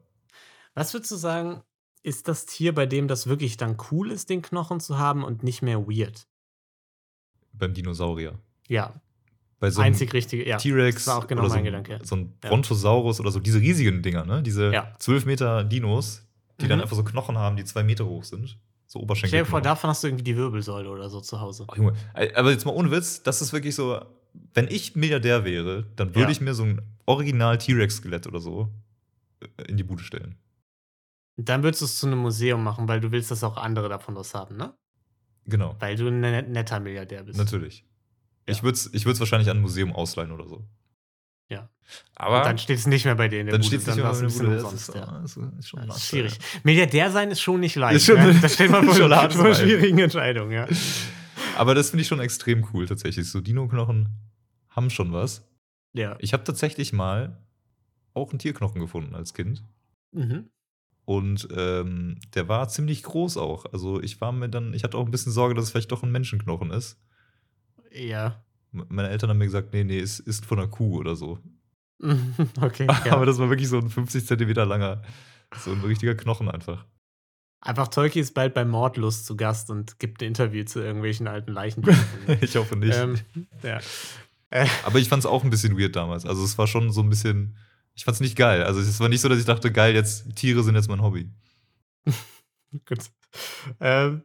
A: Was würdest du sagen, ist das Tier, bei dem das wirklich dann cool ist, den Knochen zu haben und nicht mehr weird?
B: beim Dinosaurier.
A: Ja,
B: Bei so einem
A: einzig richtige, ja.
B: T-Rex
A: das war auch genau
B: oder so,
A: mein
B: ein-
A: Gedanke.
B: so ein
A: Ja.
B: Brontosaurus oder so, diese riesigen Dinger, ne? Diese
A: Ja.
B: 12 Meter Dinos, die dann
A: Mhm.
B: einfach so Knochen haben, die zwei Meter hoch sind. So Oberschenkel.
A: Stell dir vor, davon hast du irgendwie die Wirbelsäule oder so zu Hause.
B: Oh, Junge, aber jetzt mal ohne Witz, das ist wirklich so, wenn ich Milliardär wäre, dann würde
A: Ja.
B: ich mir so ein original T-Rex-Skelett oder so äh, in die Bude stellen.
A: Und dann würdest du es zu einem Museum machen, weil du willst, dass auch andere davon was haben, ne?
B: Genau,
A: Weil du ein net- netter Milliardär bist.
B: natürlich.
A: Ja.
B: Ich würde es ich würd's wahrscheinlich an ein Museum ausleihen oder so.
A: Ja.
B: Aber
A: Und dann steht es nicht mehr bei dir in der
B: dann
A: Bude,
B: steht es nicht mehr
A: war's
B: in der
A: ein bisschen
B: Bude. Das
A: umsonst,
B: ist,
A: ja.
B: ah, ist, ist schon
A: Das
B: Nachteil.
A: ist schwierig. Milliardär sein ist schon nicht leicht.
B: schon-
A: ne? Da steht man vor
B: schon hart
A: so einer
B: sein.
A: schwierigen Entscheidung, ja.
B: Aber das finde ich schon extrem cool tatsächlich. So Dino-Knochen haben schon was.
A: Ja.
B: Ich habe tatsächlich mal auch einen Tierknochen gefunden als Kind.
A: Mhm.
B: Und ähm, der war ziemlich groß auch. Also ich war mir dann, ich hatte auch ein bisschen Sorge, dass es vielleicht doch ein Menschenknochen ist.
A: Ja.
B: M- Meine Eltern haben mir gesagt, nee, nee, es ist von einer Kuh oder so.
A: Okay.
B: Aber
A: Ja.
B: das war wirklich so ein 50 Zentimeter langer, so ein richtiger Knochen einfach.
A: Einfach Tolki ist bald bei Mordlust zu Gast und gibt ein Interview zu irgendwelchen alten Leichen.
B: ich hoffe nicht.
A: ähm, ja.
B: Aber ich fand es auch ein bisschen weird damals. Also es war schon so ein bisschen, ich fand es nicht geil. Also es war nicht so, dass ich dachte, geil, jetzt Tiere sind jetzt mein Hobby.
A: Gut. Ähm,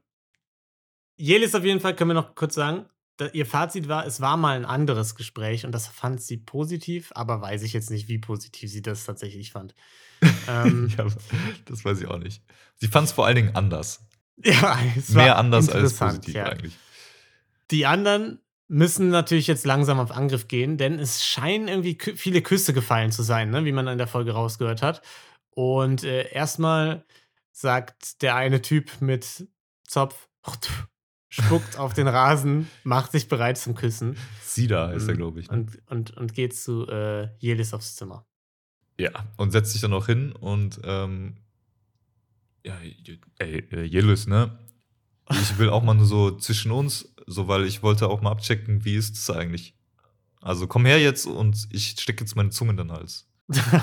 A: Jelis auf jeden Fall können wir noch kurz sagen, da, ihr Fazit war, es war mal ein anderes Gespräch und das fand sie positiv, aber weiß ich jetzt nicht, wie positiv sie das tatsächlich fand. Ähm,
B: ja, das weiß ich auch nicht. Sie fand es vor allen Dingen anders.
A: ja, es war
B: Mehr anders als
A: interessant,
B: positiv
A: ja.
B: eigentlich.
A: Die anderen müssen natürlich jetzt langsam auf Angriff gehen, denn es scheinen irgendwie kü- viele Küsse gefallen zu sein, ne? wie man in der Folge rausgehört hat. Und äh, erstmal sagt der eine Typ mit Zopf, spuckt auf den Rasen, macht sich bereit zum Küssen
B: Sida heißt er,
A: Mhm.
B: glaube ich. Ne?
A: und, und, und geht zu äh, Jelis aufs Zimmer.
B: Ja, und setzt sich dann auch hin und ähm, ja, j- ey, äh, Jelis, ne? Ich will auch mal nur so zwischen uns, so weil ich wollte auch mal abchecken, wie ist es eigentlich. Also komm her jetzt und ich stecke jetzt meine Zunge in deinen Hals.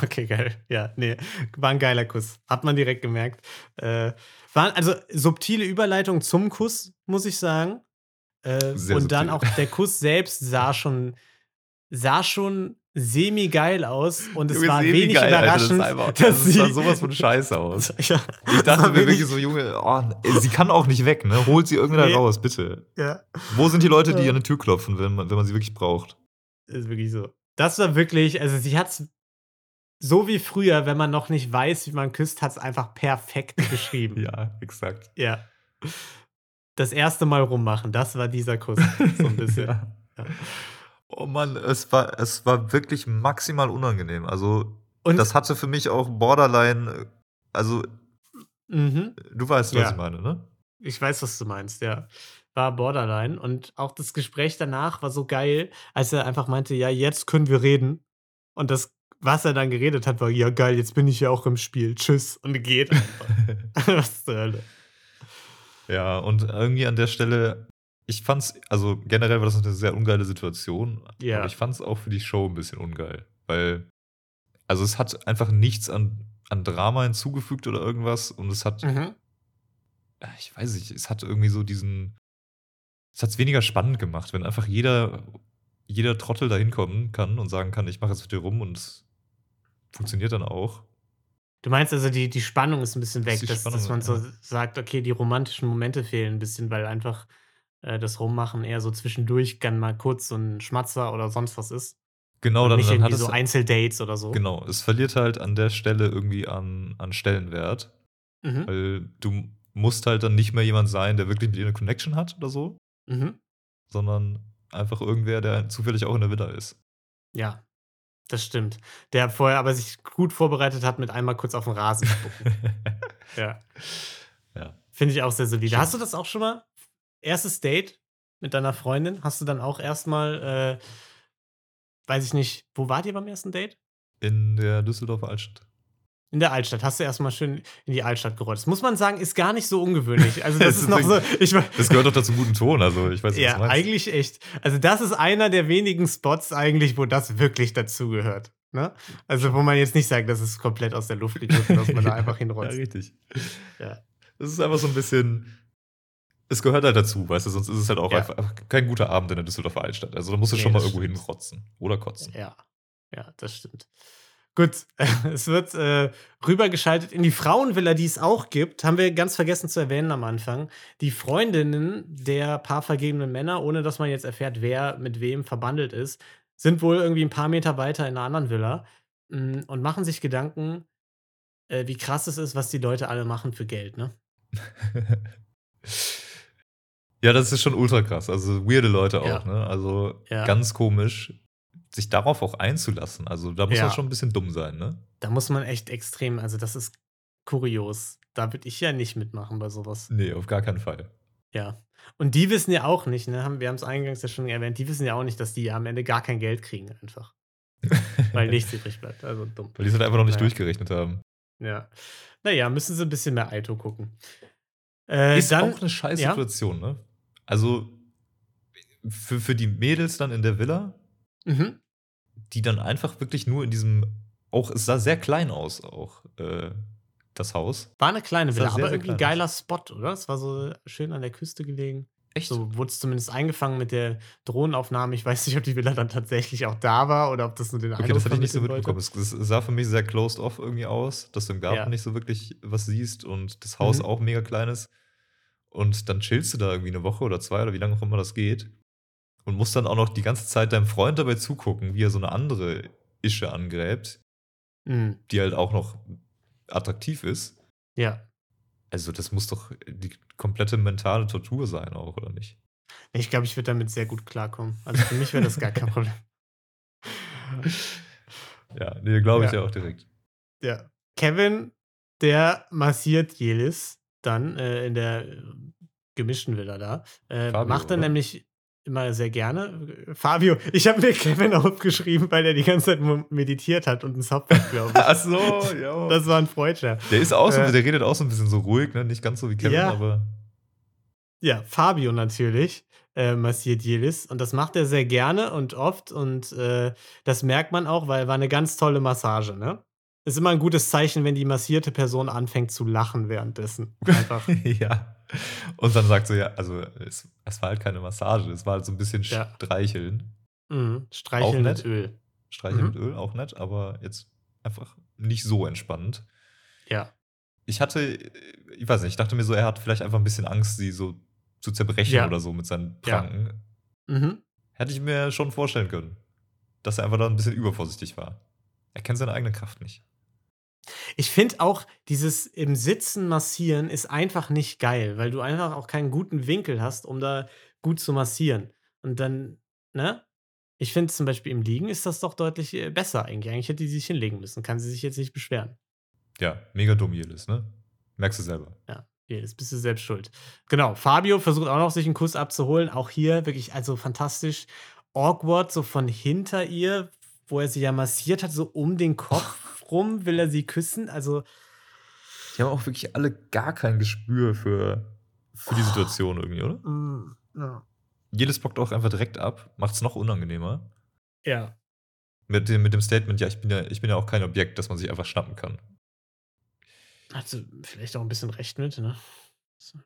A: Okay, geil. Ja, nee, war ein geiler Kuss. Hat man direkt gemerkt. Äh, waren also subtile Überleitung zum Kuss, muss ich sagen. Äh, und
B: Sehr
A: dann auch
B: subtil.
A: der Kuss selbst sah schon, sah schon semi-geil aus und es
B: Junge,
A: war
B: semi-geil,
A: wenig
B: Alter,
A: überraschend,
B: Das, ist einfach,
A: dass
B: das,
A: sie,
B: sah sowas von scheiße aus.
A: ja,
B: Ich
A: war
B: dachte mir
A: wenig-
B: wirklich so, Junge, oh, ey, sie kann auch nicht weg, ne? Holt sie irgendwann
A: Nee.
B: raus, bitte.
A: ja.
B: Wo sind die Leute, die an die Tür klopfen, wenn man, wenn man sie wirklich braucht?
A: Ist wirklich so. Das war wirklich, also sie hat's so wie früher, wenn man noch nicht weiß, wie man küsst, hat's einfach perfekt beschrieben.
B: Ja, exakt.
A: Ja. Das erste Mal rummachen, das war dieser Kuss. So ein bisschen.
B: Ja.
A: Ja.
B: Oh Mann, es war, es war wirklich maximal unangenehm. Also,
A: Und
B: das hatte für mich auch Borderline. äh, Also,
A: mhm,
B: du weißt, was
A: Ja.
B: ich meine, ne?
A: ich weiß, was du meinst, ja. War borderline. Und auch das Gespräch danach war so geil, als er einfach meinte, ja, jetzt können wir reden. Und das, was er dann geredet hat, war, ja geil, jetzt bin ich ja auch im Spiel. Tschüss. Und geht einfach. was zur Hölle.
B: Ja, und irgendwie an der Stelle, ich fand's, also generell war das eine sehr ungeile Situation,
A: Ja.
B: aber ich fand's auch für die Show ein bisschen ungeil, weil, also es hat einfach nichts an, an Drama hinzugefügt oder irgendwas und es hat,
A: Mhm.
B: Ah, ich weiß nicht, es hat irgendwie so diesen, es hat's weniger spannend gemacht, wenn einfach jeder, jeder Trottel da hinkommen kann und sagen kann, ich mache jetzt mit dir rum und es funktioniert dann auch.
A: Du meinst also, die, die Spannung ist ein bisschen weg,
B: Ist die
A: dass, dass
B: Spannung,
A: man so
B: ja.
A: sagt, okay, die romantischen Momente fehlen ein bisschen, weil einfach äh, das Rummachen eher so zwischendurch gern mal kurz so ein Schmatzer oder sonst was ist.
B: Genau,
A: Und
B: dann,
A: nicht
B: dann hat
A: irgendwie
B: es
A: so Einzeldates oder so.
B: Genau, es verliert halt an der Stelle irgendwie an, an Stellenwert,
A: Mhm.
B: weil du musst halt dann nicht mehr jemand sein, der wirklich mit dir eine Connection hat oder so,
A: Mhm.
B: sondern einfach irgendwer, der zufällig auch in der Villa ist.
A: Ja, das stimmt. Der vorher aber sich gut vorbereitet hat mit einmal kurz auf den Rasen spucken. ja.
B: ja.
A: Finde ich auch sehr solide.
B: Stimmt.
A: Hast du das auch schon mal? Erstes Date mit deiner Freundin? Hast du dann auch erstmal, äh, weiß ich nicht, wo wart ihr beim ersten Date?
B: In der Düsseldorfer Altstadt.
A: In der Altstadt. Hast du erstmal schön in die Altstadt gerollt. Das muss man sagen, ist gar nicht so ungewöhnlich. Also, das
B: Das
A: ist
B: ist
A: noch so. Ich, mein-
B: Das gehört doch dazu guten Ton, also ich weiß nicht,
A: ja,
B: was du meinst.
A: eigentlich echt. Also, das ist einer der wenigen Spots, eigentlich, wo das wirklich dazugehört. Ne? Also, wo man jetzt nicht sagt, das ist komplett aus der Luft gegriffen, dass man da einfach
B: Ja,
A: hinrollt.
B: richtig.
A: Ja.
B: Das ist einfach so ein bisschen. Es gehört halt dazu, weißt du, sonst ist es halt auch
A: Ja.
B: einfach, einfach kein guter Abend in der Düsseldorfer Altstadt. Also da musst du
A: Nee,
B: schon mal
A: das
B: irgendwo
A: stimmt.
B: hinrotzen oder kotzen.
A: Ja, ja, das stimmt. Gut, es wird äh, rübergeschaltet in die Frauenvilla, die es auch gibt. Haben wir ganz vergessen zu erwähnen am Anfang. Die Freundinnen der paar vergebenen Männer, ohne dass man jetzt erfährt, wer mit wem verbandelt ist, sind wohl irgendwie ein paar Meter weiter in einer anderen Villa mm, und machen sich Gedanken, äh, wie krass es ist, was die Leute alle machen für Geld. Ne?
B: Ja, das ist schon ultra krass. Also weirde Leute auch,
A: Ja.
B: ne? Also
A: Ja.
B: ganz komisch, sich darauf auch einzulassen. Also da muss
A: Ja.
B: man schon ein bisschen dumm sein, ne?
A: Da muss man echt extrem, also das ist kurios. Da würde ich ja nicht mitmachen bei sowas.
B: Nee, auf gar keinen Fall.
A: Ja. Und die wissen ja auch nicht, ne? haben- wir haben es eingangs ja schon erwähnt, die wissen ja auch nicht, dass die am Ende gar kein Geld kriegen, einfach. Weil nichts übrig bleibt. Also dumm.
B: Weil die es halt einfach noch nicht
A: Ja.
B: durchgerechnet haben.
A: Ja. Naja, müssen sie ein bisschen mehr Aito gucken. Äh,
B: ist
A: dann,
B: auch eine scheiß
A: ja.
B: Situation, ne? Also für, für die Mädels dann in der Villa,
A: mhm.
B: die dann einfach wirklich nur in diesem, auch es sah sehr klein aus, auch äh, das Haus.
A: War eine kleine
B: Sah
A: Villa,
B: sehr,
A: aber
B: sehr
A: irgendwie ein
B: klein aus.
A: geiler Spot, oder? Es war so schön an der Küste gelegen.
B: Echt?
A: So wurde es zumindest eingefangen mit der Drohnenaufnahme. Ich weiß nicht, ob die Villa dann tatsächlich auch da war oder ob das nur den
B: Okay,
A: Eindruck
B: das hatte ich nicht so
A: vermitteln
B: mitbekommen.
A: wollte.
B: Es, es sah für mich sehr closed off irgendwie aus, dass du im Garten
A: Ja.
B: nicht so wirklich was siehst und das Haus
A: Mhm.
B: auch mega klein ist. Und dann chillst du da irgendwie eine Woche oder zwei oder wie lange auch immer das geht. Und musst dann auch noch die ganze Zeit deinem Freund dabei zugucken, wie er so eine andere Ische angräbt,
A: Mhm.
B: die halt auch noch attraktiv ist.
A: Ja.
B: Also, das muss doch die komplette mentale Tortur sein, auch, oder nicht?
A: Ich glaube, ich würde damit sehr gut klarkommen. Also für mich wäre das gar kein Problem.
B: Ja, nee, glaube ich
A: Ja.
B: ja auch direkt.
A: Ja. Kevin, der massiert Jelis dann äh, in der äh, gemischten Villa da. Äh,
B: Fabio,
A: macht er
B: oder?
A: nämlich immer sehr gerne. Äh, Fabio, ich habe mir Kevin aufgeschrieben, weil er die ganze Zeit nur meditiert hat und ein Software, glaube ich.
B: Ach so, ja.
A: Das war ein Freudscher.
B: Der ist auch so,
A: Äh,
B: der redet auch so ein bisschen so ruhig, ne? Nicht ganz so wie Kevin,
A: Ja.
B: aber.
A: Ja, Fabio natürlich äh, massiert Jelis und das macht er sehr gerne und oft und äh, das merkt man auch, weil war eine ganz tolle Massage, ne? Ist immer ein gutes Zeichen, wenn die massierte Person anfängt zu lachen währenddessen. Einfach.
B: ja. Und dann sagt so, ja, also es, es war halt keine Massage, es war halt so ein bisschen
A: Ja.
B: streicheln.
A: Mhm.
B: Auch
A: Streicheln
B: nett.
A: mit Öl.
B: Streicheln
A: Mhm.
B: mit Öl, auch nett, aber jetzt einfach nicht so entspannt.
A: Ja.
B: Ich hatte, ich weiß nicht, ich dachte mir so, er hat vielleicht einfach ein bisschen Angst, sie so zu zerbrechen
A: Ja.
B: oder so mit seinen
A: Ja.
B: Pranken.
A: Mhm.
B: Hätte ich mir schon vorstellen können, dass er einfach da ein bisschen übervorsichtig war. Er kennt seine eigene Kraft nicht.
A: Ich finde auch, dieses im Sitzen massieren ist einfach nicht geil, weil du einfach auch keinen guten Winkel hast, um da gut zu massieren. Und dann, ne? Ich finde zum Beispiel im Liegen ist das doch deutlich äh, besser eigentlich. Eigentlich hätte die sich hinlegen müssen. Kann sie sich jetzt nicht beschweren.
B: Ja, mega dumm jedes, ne? Merkst du selber.
A: Ja, das bist du selbst schuld. Genau, Fabio versucht auch noch, sich einen Kuss abzuholen. Auch hier wirklich, also fantastisch. Awkward, so von hinter ihr, wo er sie ja massiert hat, so um den Kopf rum, will er sie küssen. Also,
B: Die haben auch wirklich alle gar kein Gespür für, für die Situation irgendwie, oder?
A: Mm,
B: Jedes bockt auch einfach direkt ab, macht es noch unangenehmer.
A: ja.
B: Mit dem, mit dem Statement, ja ich, bin ja, ich bin ja auch kein Objekt, das man sich einfach schnappen kann.
A: Hat sie vielleicht auch ein bisschen recht mit, ne? So.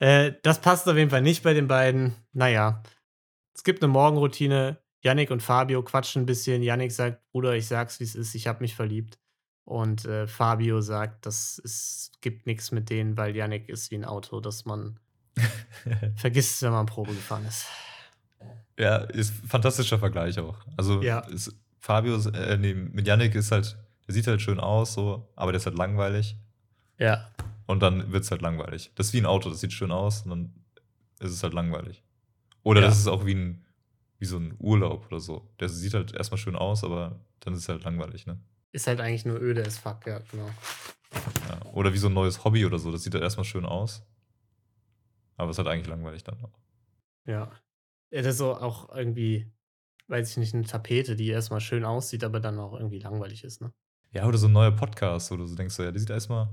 A: Äh, das passt auf jeden Fall nicht bei den beiden. Naja, es gibt eine Morgenroutine. Yannick und Fabio quatschen ein bisschen. Yannick sagt, Bruder, ich sag's, wie es ist, ich hab mich verliebt. Und äh, Fabio sagt, das ist, gibt nichts mit denen, weil Yannick ist wie ein Auto, das man vergisst, wenn man Probe gefahren ist.
B: ja, ist ein fantastischer Vergleich auch. Also
A: Ja.
B: ist, Fabio, ist- äh, nee, mit Yannick ist halt, der sieht halt schön aus, so, aber der ist halt langweilig.
A: Ja.
B: Und dann wird es halt langweilig. Das ist wie ein Auto, das sieht schön aus und dann ist es halt langweilig. Oder
A: Ja.
B: das ist auch wie, ein, wie so ein Urlaub oder so. Der sieht halt erstmal schön aus, aber dann ist es halt langweilig, ne?
A: Ist halt eigentlich nur öde as fuck, ja, genau.
B: Ja. Oder wie so ein neues Hobby oder so. Das sieht halt erstmal schön aus. Aber es ist halt eigentlich langweilig dann auch.
A: Ja. Ja, Das ist so auch irgendwie, weiß ich nicht, eine Tapete, die erstmal schön aussieht, aber dann auch irgendwie langweilig ist, ne?
B: Ja, oder so ein neuer Podcast, wo du so denkst, so, ja, der sieht erstmal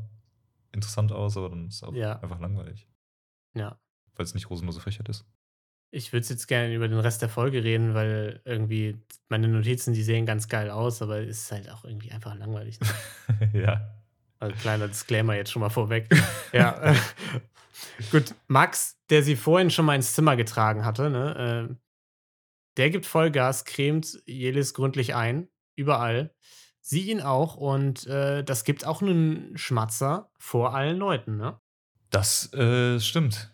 B: interessant aus, aber dann ist es auch
A: Ja.
B: einfach langweilig.
A: Ja.
B: Weil es nicht rosenlose Frechheit ist.
A: Ich würde jetzt gerne über den Rest der Folge reden, weil irgendwie meine Notizen, die sehen ganz geil aus, aber es ist halt auch irgendwie einfach langweilig. ne?
B: ja.
A: Also kleiner Disclaimer jetzt schon mal vorweg. ja. Gut, Max, der sie vorhin schon mal ins Zimmer getragen hatte, ne, äh, der gibt Vollgas, cremt Jelis gründlich ein, überall. Sie ihn auch und äh, das gibt auch einen Schmatzer vor allen Leuten, ne?
B: Das äh, stimmt.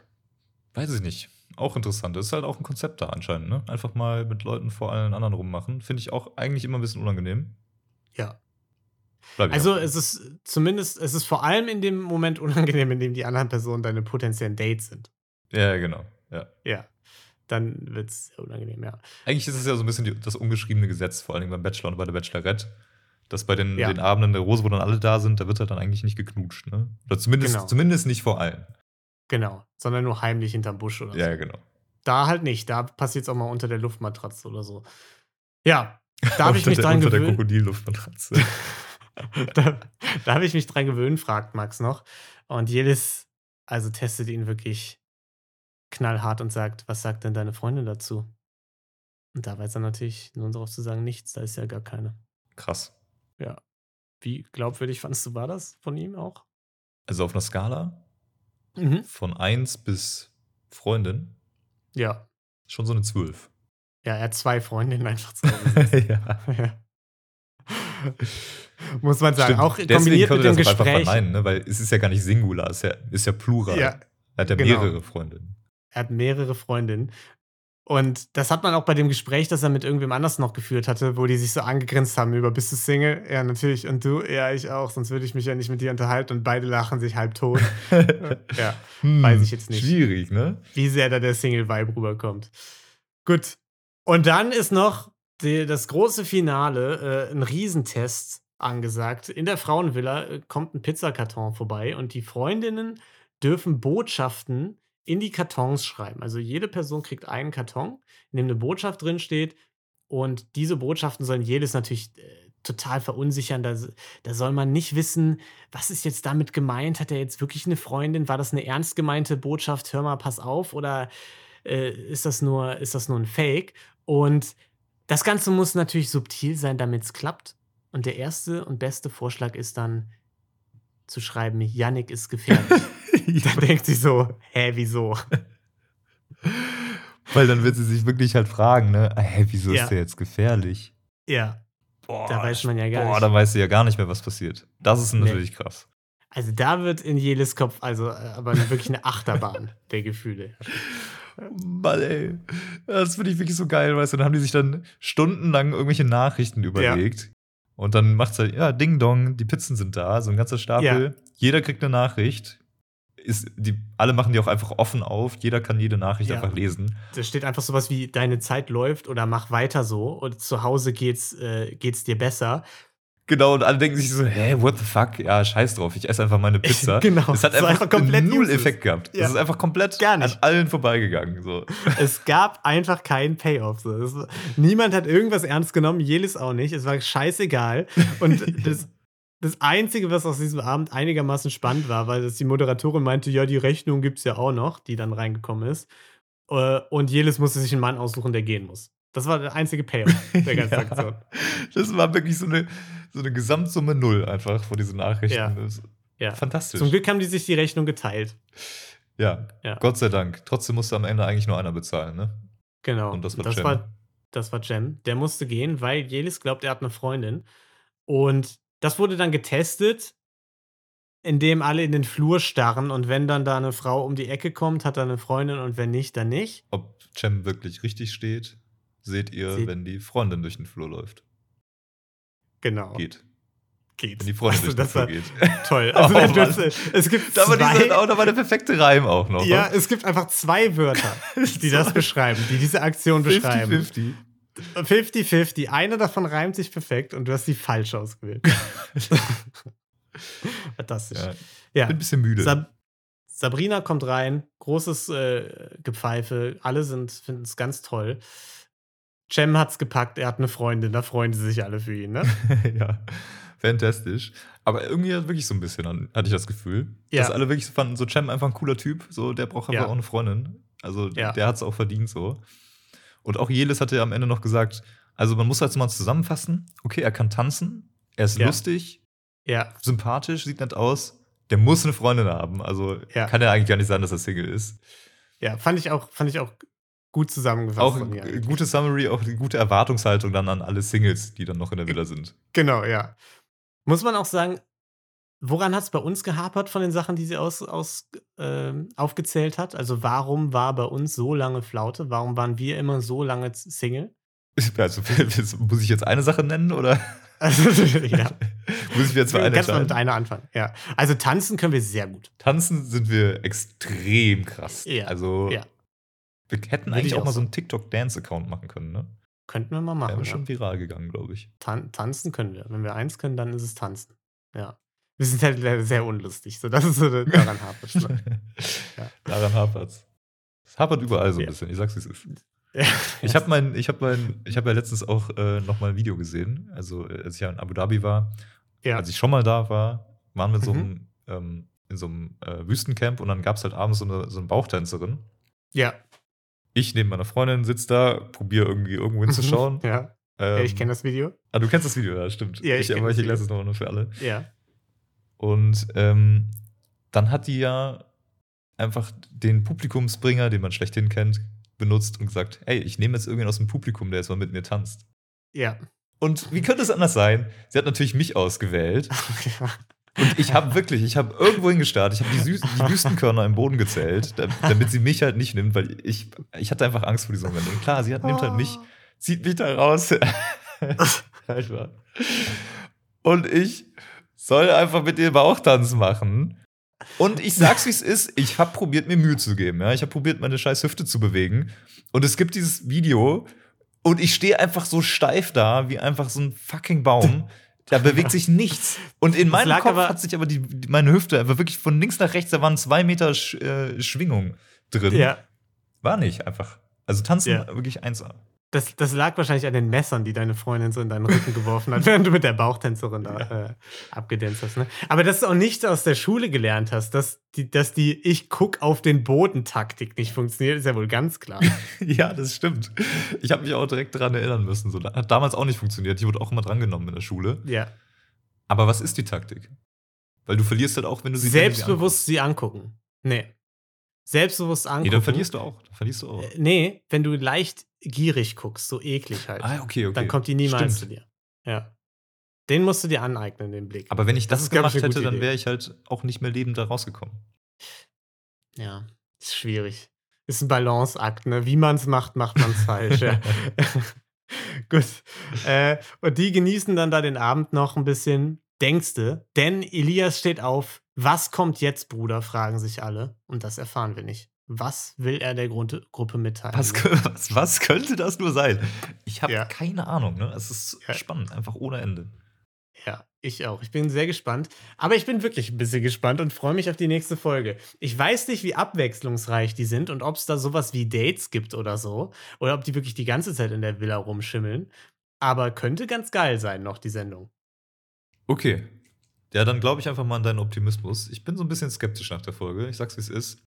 B: Weiß ich nicht. Auch interessant. Das ist halt auch ein Konzept da anscheinend, ne? Einfach mal mit Leuten vor allen anderen rummachen. Finde ich auch eigentlich immer ein bisschen unangenehm.
A: Ja.
B: Bleib ich
A: Also
B: auch.
A: es ist zumindest, es ist vor allem in dem Moment unangenehm, in dem die anderen Personen deine potenziellen Dates sind.
B: Ja, genau. Ja.
A: Ja. Dann wird es sehr unangenehm, ja.
B: Eigentlich ist es ja so ein bisschen die, das ungeschriebene Gesetz, vor allem beim Bachelor und bei der Bachelorette, dass bei den,
A: Ja.
B: den Abenden der Rose, wo dann alle da sind, da wird halt dann eigentlich nicht geknutscht, ne? Oder zumindest,
A: Genau.
B: zumindest nicht vor allen.
A: Genau. Sondern nur heimlich hinterm Busch oder
B: Ja,
A: so.
B: ja, genau.
A: Da halt nicht. Da passiert es auch mal unter der Luftmatratze oder so. Ja, da habe ich
B: Unter
A: mich
B: der-
A: dran
B: Unter der
A: gewöhnt.
B: Krokodilluftmatratze.
A: da da habe ich mich dran gewöhnt, fragt Max noch. Und Jelis, also testet ihn wirklich knallhart und sagt, was sagt denn deine Freundin dazu? Und da weiß er natürlich nur darauf zu sagen, nichts, da ist ja gar keine.
B: Krass.
A: Wie glaubwürdig fandst du war das von ihm auch?
B: Also auf einer Skala von 1 bis Freundin
A: Ja.
B: schon so eine 12.
A: Ja, er hat zwei Freundinnen einfach zu Hause.
B: ja.
A: Ja. Muss man sagen.
B: Stimmt.
A: Auch
B: Deswegen
A: kombiniert mit
B: konnte er
A: dem
B: das auch einfach
A: Gespräch.
B: verneinen, ne? weil es ist ja gar nicht Singular, es ist ja, ist ja Plural.
A: Ja,
B: Er hat ja
A: genau.
B: mehrere Freundinnen.
A: er hat mehrere Freundinnen. Und das hat man auch bei dem Gespräch, das er mit irgendwem anders noch geführt hatte, wo die sich so angegrinst haben über bist du Single? Ja, natürlich. Und du? Ja, ich auch. Sonst würde ich mich ja nicht mit dir unterhalten. Und beide lachen sich halb tot. ja,
B: Hm,
A: Weiß ich jetzt nicht.
B: Schwierig, ne?
A: wie sehr da der Single-Vibe rüberkommt. Gut. Und dann ist noch die, das große Finale, äh, ein Riesentest angesagt. In der Frauenvilla äh, kommt ein Pizzakarton vorbei und die Freundinnen dürfen Botschaften in die Kartons schreiben. Also jede Person kriegt einen Karton, in dem eine Botschaft drin steht und diese Botschaften sollen jedes natürlich äh, total verunsichern. Da, da soll man nicht wissen, was ist jetzt damit gemeint? Hat er jetzt wirklich eine Freundin? War das eine ernst gemeinte Botschaft? Hör mal, pass auf oder äh, ist das nur ist das nur ein Fake? Und das Ganze muss natürlich subtil sein, damit es klappt. Und der erste und beste Vorschlag ist dann zu schreiben, Yannick ist gefährlich. da denkt sie so, hä, wieso?
B: Weil dann wird sie sich wirklich halt fragen, ne? Ah, Hä, wieso
A: Ja.
B: ist der jetzt gefährlich?
A: Ja,
B: Boah,
A: da weiß man ja gar
B: boah,
A: nicht.
B: dann weiß sie ja gar nicht mehr, was passiert. Das ist
A: Nee.
B: natürlich krass.
A: Also da wird in Jeles Kopf, also äh, aber wirklich eine Achterbahn der Gefühle.
B: Mann, ey. Das finde ich wirklich so geil, weißt du? Dann haben die sich dann stundenlang irgendwelche Nachrichten überlegt. Und dann macht's halt, ja, Ding Dong, die Pizzen sind da, so ein ganzer Stapel. Jeder kriegt eine Nachricht. Ist, die, alle machen die auch einfach offen auf. Jeder kann jede Nachricht
A: Ja.
B: einfach lesen.
A: Da steht einfach sowas wie, deine Zeit läuft oder mach weiter so und zu Hause geht's, äh, geht's dir besser.
B: Genau, und alle denken sich so, hä, what the fuck? Ja, scheiß drauf, ich esse einfach meine Pizza.
A: Genau,
B: Es hat
A: es war
B: einfach,
A: einfach komplett
B: null
A: useless.
B: Effekt gehabt.
A: Ja.
B: Es ist einfach komplett
A: Gar nicht.
B: an allen vorbeigegangen. So.
A: es gab einfach keinen Payoff. So. Es, war- niemand hat irgendwas ernst genommen, Jelis auch nicht. Es war scheißegal. Und das, das Einzige, was aus diesem Abend einigermaßen spannend war, weil das die Moderatorin meinte, ja, die Rechnung gibt's ja auch noch, die dann reingekommen ist. Äh, Und Jelis musste sich einen Mann aussuchen, der gehen muss. Das war der einzige Payoff der ganzen
B: Ja.
A: Aktion.
B: Das war wirklich so eine, so eine Gesamtsumme Null einfach von diesen Nachrichten.
A: Ja.
B: Das ist
A: Ja.
B: Fantastisch.
A: Zum Glück haben die sich die Rechnung geteilt.
B: Ja.
A: Ja.
B: Gott sei Dank. Trotzdem musste am Ende eigentlich nur einer bezahlen, ne?
A: Genau.
B: Und das war Cem.
A: war Das war Jem. Der musste gehen, weil Jelis glaubt, er hat eine Freundin. Und das wurde dann getestet, indem alle in den Flur starren. Und wenn dann da eine Frau um die Ecke kommt, hat er eine Freundin. Und wenn nicht, dann nicht.
B: Ob Cem wirklich richtig steht, seht ihr,
A: Seht-
B: wenn die Freundin durch den Flur läuft.
A: Genau.
B: Geht.
A: Geht.
B: Wenn die Freundin
A: also,
B: durch den
A: das
B: Flur
A: war
B: geht.
A: toll. Also,
B: Oh,
A: wenn du,
B: Mann.
A: es- es gibt
B: Da war, dieser,
A: zwei,
B: oh, da war der perfekte Reim auch noch. ne?
A: ja, es gibt einfach zwei Wörter, die das beschreiben, die diese Aktion beschreiben.
B: 50-50.
A: 50-50. Eine davon reimt sich perfekt und du hast die falsch ausgewählt. Fantastisch.
B: Ja.
A: Ja.
B: Bin ein bisschen müde.
A: Sab Sabrina kommt rein, großes äh, Gepfeife, alle finden es ganz toll. Cem hat's gepackt, er hat eine Freundin, da freuen sie sich alle für ihn, ne?
B: ja, fantastisch. Aber irgendwie hat wirklich so ein bisschen, an- hatte ich das Gefühl,
A: Ja.
B: dass alle wirklich so fanden, so Cem einfach ein cooler Typ, so der braucht einfach
A: Ja.
B: auch eine Freundin. Also
A: Ja.
B: der hat es auch verdient so. Und auch Jelis hatte am Ende noch gesagt, also man muss halt so mal zusammenfassen, okay, er kann tanzen, er ist
A: Ja.
B: lustig,
A: Ja,
B: sympathisch, sieht nett aus, der muss eine Freundin haben. Also
A: Ja.
B: kann ja eigentlich gar nicht sein, dass er Single ist.
A: ja, fand ich auch, fand ich auch Gut zusammengefasst.
B: Auch
A: von mir
B: äh,
A: eigentlich.
B: gute Summary, auch die gute Erwartungshaltung dann an alle Singles, die dann noch in der Villa sind.
A: Genau, ja. Muss man auch sagen, woran hat es bei uns gehapert von den Sachen, die sie aus, aus, ähm, aufgezählt hat? Also warum war bei uns so lange Flaute? Warum waren wir immer so lange Single?
B: Also, muss ich jetzt eine Sache nennen oder
A: Also, ja.
B: muss ich jetzt mal eine
A: Kannst mal mit
B: entscheiden?
A: einer anfangen. Ja. Also tanzen können wir sehr gut.
B: Tanzen sind wir extrem krass.
A: Ja,
B: Also,
A: ja.
B: wir hätten
A: Würde
B: eigentlich
A: ich
B: auch
A: auch
B: mal so einen TikTok-Dance-Account machen können, ne?
A: Könnten wir mal
B: Wäre
A: machen.
B: schon
A: Ja.
B: viral gegangen, glaube ich.
A: Tan tanzen können wir. Wenn wir eins können, dann ist es tanzen. Ja. Wir sind halt leider sehr unlustig, so dass es so daran hapert. Ne? Ja.
B: Daran hapert's. Es hapert überall so ein
A: Ja.
B: bisschen. Ich sag's, wie es ist.
A: Ja.
B: Ich habe mein, ich habe mein, ich habe ja letztens auch äh, noch mal ein Video gesehen. Also äh, als ich ja in Abu Dhabi war,
A: Ja.
B: als ich schon mal da war, waren wir in so einem,
A: Mhm.
B: ähm, in so einem äh, Wüstencamp und dann gab es halt abends so eine, so eine Bauchtänzerin.
A: ja.
B: Ich neben meiner Freundin sitze da, probiere irgendwie irgendwo hinzuschauen.
A: Mhm. Ja.
B: Ähm,
A: ja, ich kenne das Video.
B: Ah, du kennst das Video, ja, stimmt.
A: Ja, ich
B: ich
A: kenn
B: aber
A: das
B: ich erkläre
A: Video.
B: es nochmal nur für alle.
A: Ja.
B: Und ähm, dann hat die ja einfach den Publikumsbringer, den man schlechthin kennt, benutzt und gesagt, hey, ich nehme jetzt irgendwen aus dem Publikum, der jetzt mal mit mir tanzt.
A: Ja.
B: Und wie könnte es anders sein? Sie hat natürlich mich ausgewählt. mhm. Und ich habe wirklich, ich habe irgendwo hingestarrt, ich habe die, Süß- die Wüstenkörner im Boden gezählt, da- damit sie mich halt nicht nimmt, weil ich, ich hatte einfach Angst vor diesem Moment. Und klar, sie hat, nimmt halt mich, zieht mich da raus. halt wahr. Und ich soll einfach mit ihr Bauchtanz machen. Und ich sag's, wie's ist. Ich habe probiert, mir Mühe zu geben. Ja? Ich habe probiert, meine scheiß Hüfte zu bewegen. Und es gibt dieses Video. Und ich stehe einfach so steif da, wie einfach so ein fucking Baum. Da bewegt sich nichts. Und in meinem
A: lag
B: Kopf
A: aber-
B: hat sich aber die, die, meine Hüfte einfach wirklich von links nach rechts, da waren zwei Meter Sch, äh, Schwingung drin.
A: Ja.
B: War nicht einfach. Also tanzen
A: Ja.
B: wirklich 1A.
A: Das, das lag wahrscheinlich an den Messern, die deine Freundin so in deinen Rücken geworfen hat, während du mit der Bauchtänzerin da äh, abgedänzt hast. Ne? Aber dass du auch nichts aus der Schule gelernt hast, dass die, dass die Ich guck auf den Boden-Taktik nicht funktioniert, ist ja wohl ganz klar.
B: Ja, das stimmt. Ich habe mich auch direkt daran erinnern müssen. So, da- hat damals auch nicht funktioniert. Ich wurde auch immer drangenommen in der Schule.
A: ja.
B: Aber was ist die Taktik? Weil du verlierst halt auch, wenn du sie
A: Selbstbewusst sie angucken. Nee. Selbstbewusst
B: Wenn
A: angucken.
B: du sie anguckst. Nee, dann verlierst du auch. Dann verlierst du auch.
A: Äh, Nee, wenn du leicht gierig guckst, so eklig halt.
B: ah, okay, okay.
A: Dann kommt die niemals
B: Stimmt.
A: zu dir. Ja. Den musst du dir aneignen, den Blick.
B: Aber wenn ich das,
A: Das ist, glaub ich,
B: gemacht
A: eine gute
B: hätte, dann
A: Idee.
B: wäre ich halt auch nicht mehr lebend da rausgekommen.
A: Ja, ist schwierig. Ist ein Balanceakt, ne? Wie man es macht, macht man es falsch. ja. Gut. Äh, und die genießen dann da den Abend noch ein bisschen, denkste. Denn Elias steht auf. Was kommt jetzt, Bruder? fragen sich alle. Und das erfahren wir nicht. Was will er der Grund Gruppe mitteilen? ne?
B: Was, kö- was, was könnte das nur sein? Also, Ich habe
A: Ja.
B: keine Ahnung. Ne? Es ist
A: Ja.
B: spannend, einfach ohne Ende.
A: Ja, ich auch. Ich bin sehr gespannt. Aber ich bin wirklich ein bisschen gespannt und freue mich auf die nächste Folge. Ich weiß nicht, wie abwechslungsreich die sind und ob es da sowas wie Dates gibt oder so. Oder ob die wirklich die ganze Zeit in der Villa rumschimmeln. Aber könnte ganz geil sein, noch die Sendung.
B: Okay. Ja, dann glaube ich einfach mal an deinen Optimismus. Ich bin so ein bisschen skeptisch nach der Folge. Ich sag's, wie es ist.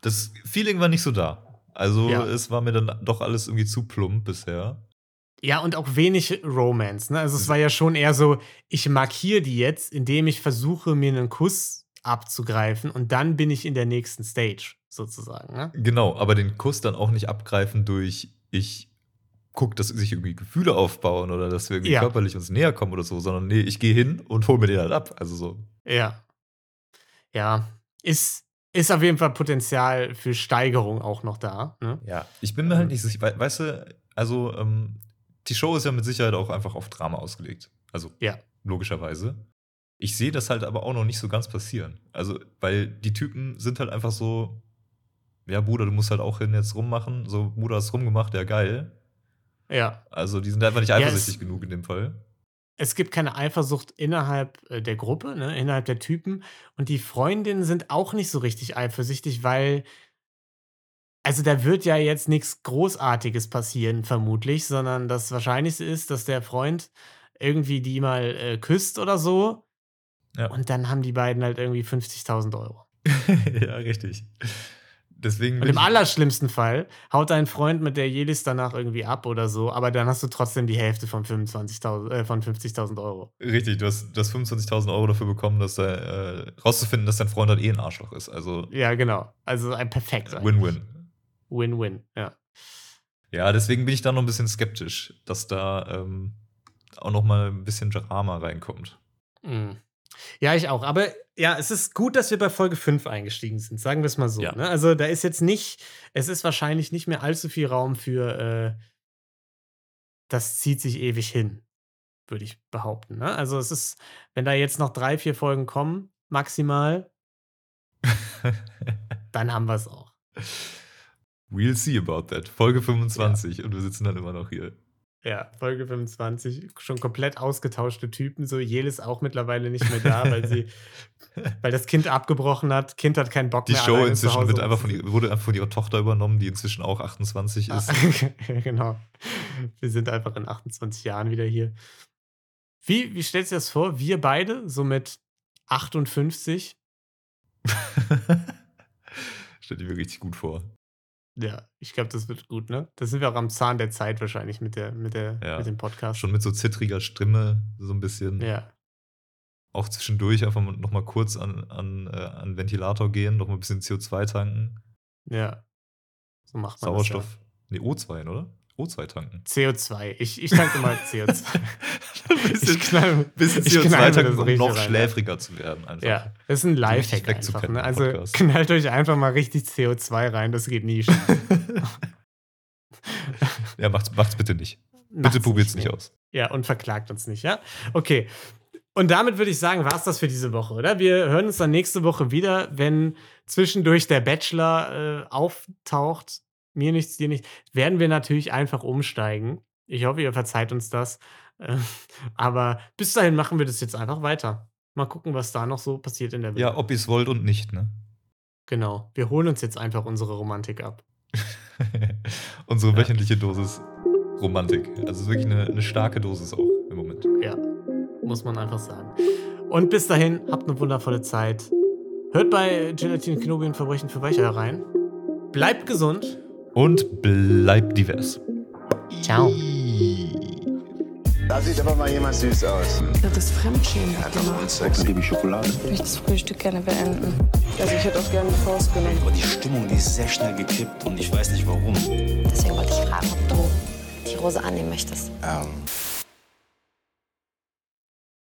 B: Das Feeling war nicht so da. Also,
A: Ja.
B: es war mir dann doch alles irgendwie zu plump bisher.
A: Ja, und auch wenig Romance. Ne? Also, es war ja schon eher so, ich markiere die jetzt, indem ich versuche, mir einen Kuss abzugreifen. Und dann bin ich in der nächsten Stage, sozusagen. Ne?
B: Genau, aber den Kuss dann auch nicht abgreifen durch, ich guck, dass sich irgendwie Gefühle aufbauen oder dass wir irgendwie
A: Ja.
B: körperlich uns näher kommen oder so, sondern nee, ich gehe hin und hol mir den halt ab. Also so.
A: Ja. Ja. Ist, ist auf jeden Fall Potenzial für Steigerung auch noch da. Ne?
B: Ja. Ich bin mir halt nicht sicher. We- Weißt du, also, ähm, die Show ist ja mit Sicherheit auch einfach auf Drama ausgelegt. Also,
A: Ja.
B: logischerweise. Ich sehe das halt aber auch noch nicht so ganz passieren. Also, weil die Typen sind halt einfach so, ja, Bruder, du musst halt auch hin jetzt rummachen. So, Bruder, hast rumgemacht, ja, geil.
A: Ja.
B: Also, die sind einfach nicht
A: Ja,
B: eifersüchtig
A: es-
B: genug in dem Fall.
A: Es gibt keine Eifersucht innerhalb äh, der Gruppe, ne? innerhalb der Typen. Und die Freundinnen sind auch nicht so richtig eifersüchtig, weil. Also da wird ja jetzt nichts Großartiges passieren, vermutlich, sondern das Wahrscheinlichste ist, dass der Freund irgendwie die mal äh, küsst oder so.
B: Ja.
A: Und dann haben die beiden halt irgendwie 50.000 Euro.
B: ja, richtig. Deswegen.
A: Und
B: bin
A: im
B: ich-
A: allerschlimmsten Fall haut dein Freund mit der Jelis danach irgendwie ab oder so, aber dann hast du trotzdem die Hälfte von, 25.000 äh, von 50.000 Euro.
B: richtig, du hast, du hast 25.000 Euro dafür bekommen, dass dein, äh, rauszufinden, dass dein Freund halt eh ein Arschloch ist. Also,
A: Ja, genau. Also ein perfekt. eigentlich.
B: Win-Win.
A: Win-win, ja.
B: Ja, deswegen bin ich da noch ein bisschen skeptisch, dass da ähm, auch noch mal ein bisschen Drama reinkommt.
A: Mm. Ja, ich auch. Aber ja, es ist gut, dass wir bei Folge 5 eingestiegen sind, sagen wir es mal so.
B: Ja.
A: Ne? Also da ist jetzt nicht, es ist wahrscheinlich nicht mehr allzu viel Raum für, äh, das zieht sich ewig hin, würde ich behaupten. Ne? Also es ist, wenn da jetzt noch drei, vier Folgen kommen, maximal, dann haben wir es auch.
B: We'll see about that. Folge 25 und wir sitzen dann immer noch hier.
A: Ja, Folge 25, schon komplett ausgetauschte Typen. So, Jel ist auch mittlerweile nicht mehr da, weil sie, weil das Kind abgebrochen hat. Kind hat keinen Bock
B: Die
A: mehr.
B: Show
A: alleine zu
B: inzwischen
A: Hause
B: wird einfach von,
A: rumzusitzen.
B: ihr- wurde einfach von ihrer Tochter übernommen, die inzwischen auch 28 ist.
A: Ah, genau. Wir sind einfach in 28 Jahren wieder hier. Wie, wie stellst du dir das vor? Wir beide, so mit 58.
B: Stell dir mir richtig gut vor.
A: Ja, ich glaube, das wird gut, ne? Da sind wir auch am Zahn der Zeit wahrscheinlich mit, der, mit, der,
B: Ja.
A: mit dem Podcast.
B: Schon mit so zittriger Stimme, so ein bisschen.
A: Ja,
B: Auch zwischendurch einfach nochmal kurz an, an, äh, an Ventilator gehen, nochmal ein bisschen CO2 tanken.
A: ja. So macht man
B: Sauerstoff. Nee, O2, oder? O2 tanken.
A: das. Ja. CO2. Ich, ich tanke mal CO2. ich knall,
B: bisschen
A: ich
B: CO2
A: knall mir
B: tanken,
A: das
B: um
A: richtig
B: noch
A: rein, ja.
B: schläfriger zu werden. Einfach.
A: Ja, das ist ein
B: richtig
A: Lifehack einfach.
B: wegzupennen
A: Ne?
B: im
A: Also
B: Podcast.
A: knallt euch einfach mal richtig CO2 rein, das geht nie. schief.
B: ja macht's, macht's bitte nicht.
A: Macht's ne?
B: bitte probiert's nicht
A: nee.
B: aus.
A: Ja, und verklagt uns nicht, ja? Okay. Und damit würde ich sagen, war es das für diese Woche, oder? Wir hören uns dann nächste Woche wieder, wenn zwischendurch der Bachelor äh, auftaucht. Mir nichts, dir nichts. Werden wir natürlich einfach umsteigen. Ich hoffe, ihr verzeiht uns das. Äh, Aber bis dahin machen wir das jetzt einfach weiter. Mal gucken, was da noch so passiert in der Welt.
B: Ja, ob ihr's wollt und nicht, ne?
A: Genau. Wir holen uns jetzt einfach unsere Romantik ab.
B: Unsere wöchentliche Dosis Romantik. Also es ist wirklich eine, eine starke Dosis auch im Moment.
A: Ja, muss man einfach sagen. Und bis dahin, habt eine wundervolle Zeit. Hört bei Gelatine Knobi und Verbrechen für Weicher rein. Bleibt gesund.
B: Und bleibt divers.
A: Ciao.
C: Da sieht aber mal jemand süß aus.
D: Das ist fremdschämend
C: Einfach mal
D: gemacht.
C: einen Sex, gebe ich Schokolade.
D: Ich möchte das Frühstück gerne beenden. Also ich hätte auch gerne eine Faust genommen.
E: Aber die Stimmung, die ist sehr schnell gekippt und ich weiß nicht warum.
F: Deswegen wollte ich fragen, ob du die Rose annehmen möchtest.
E: Ähm,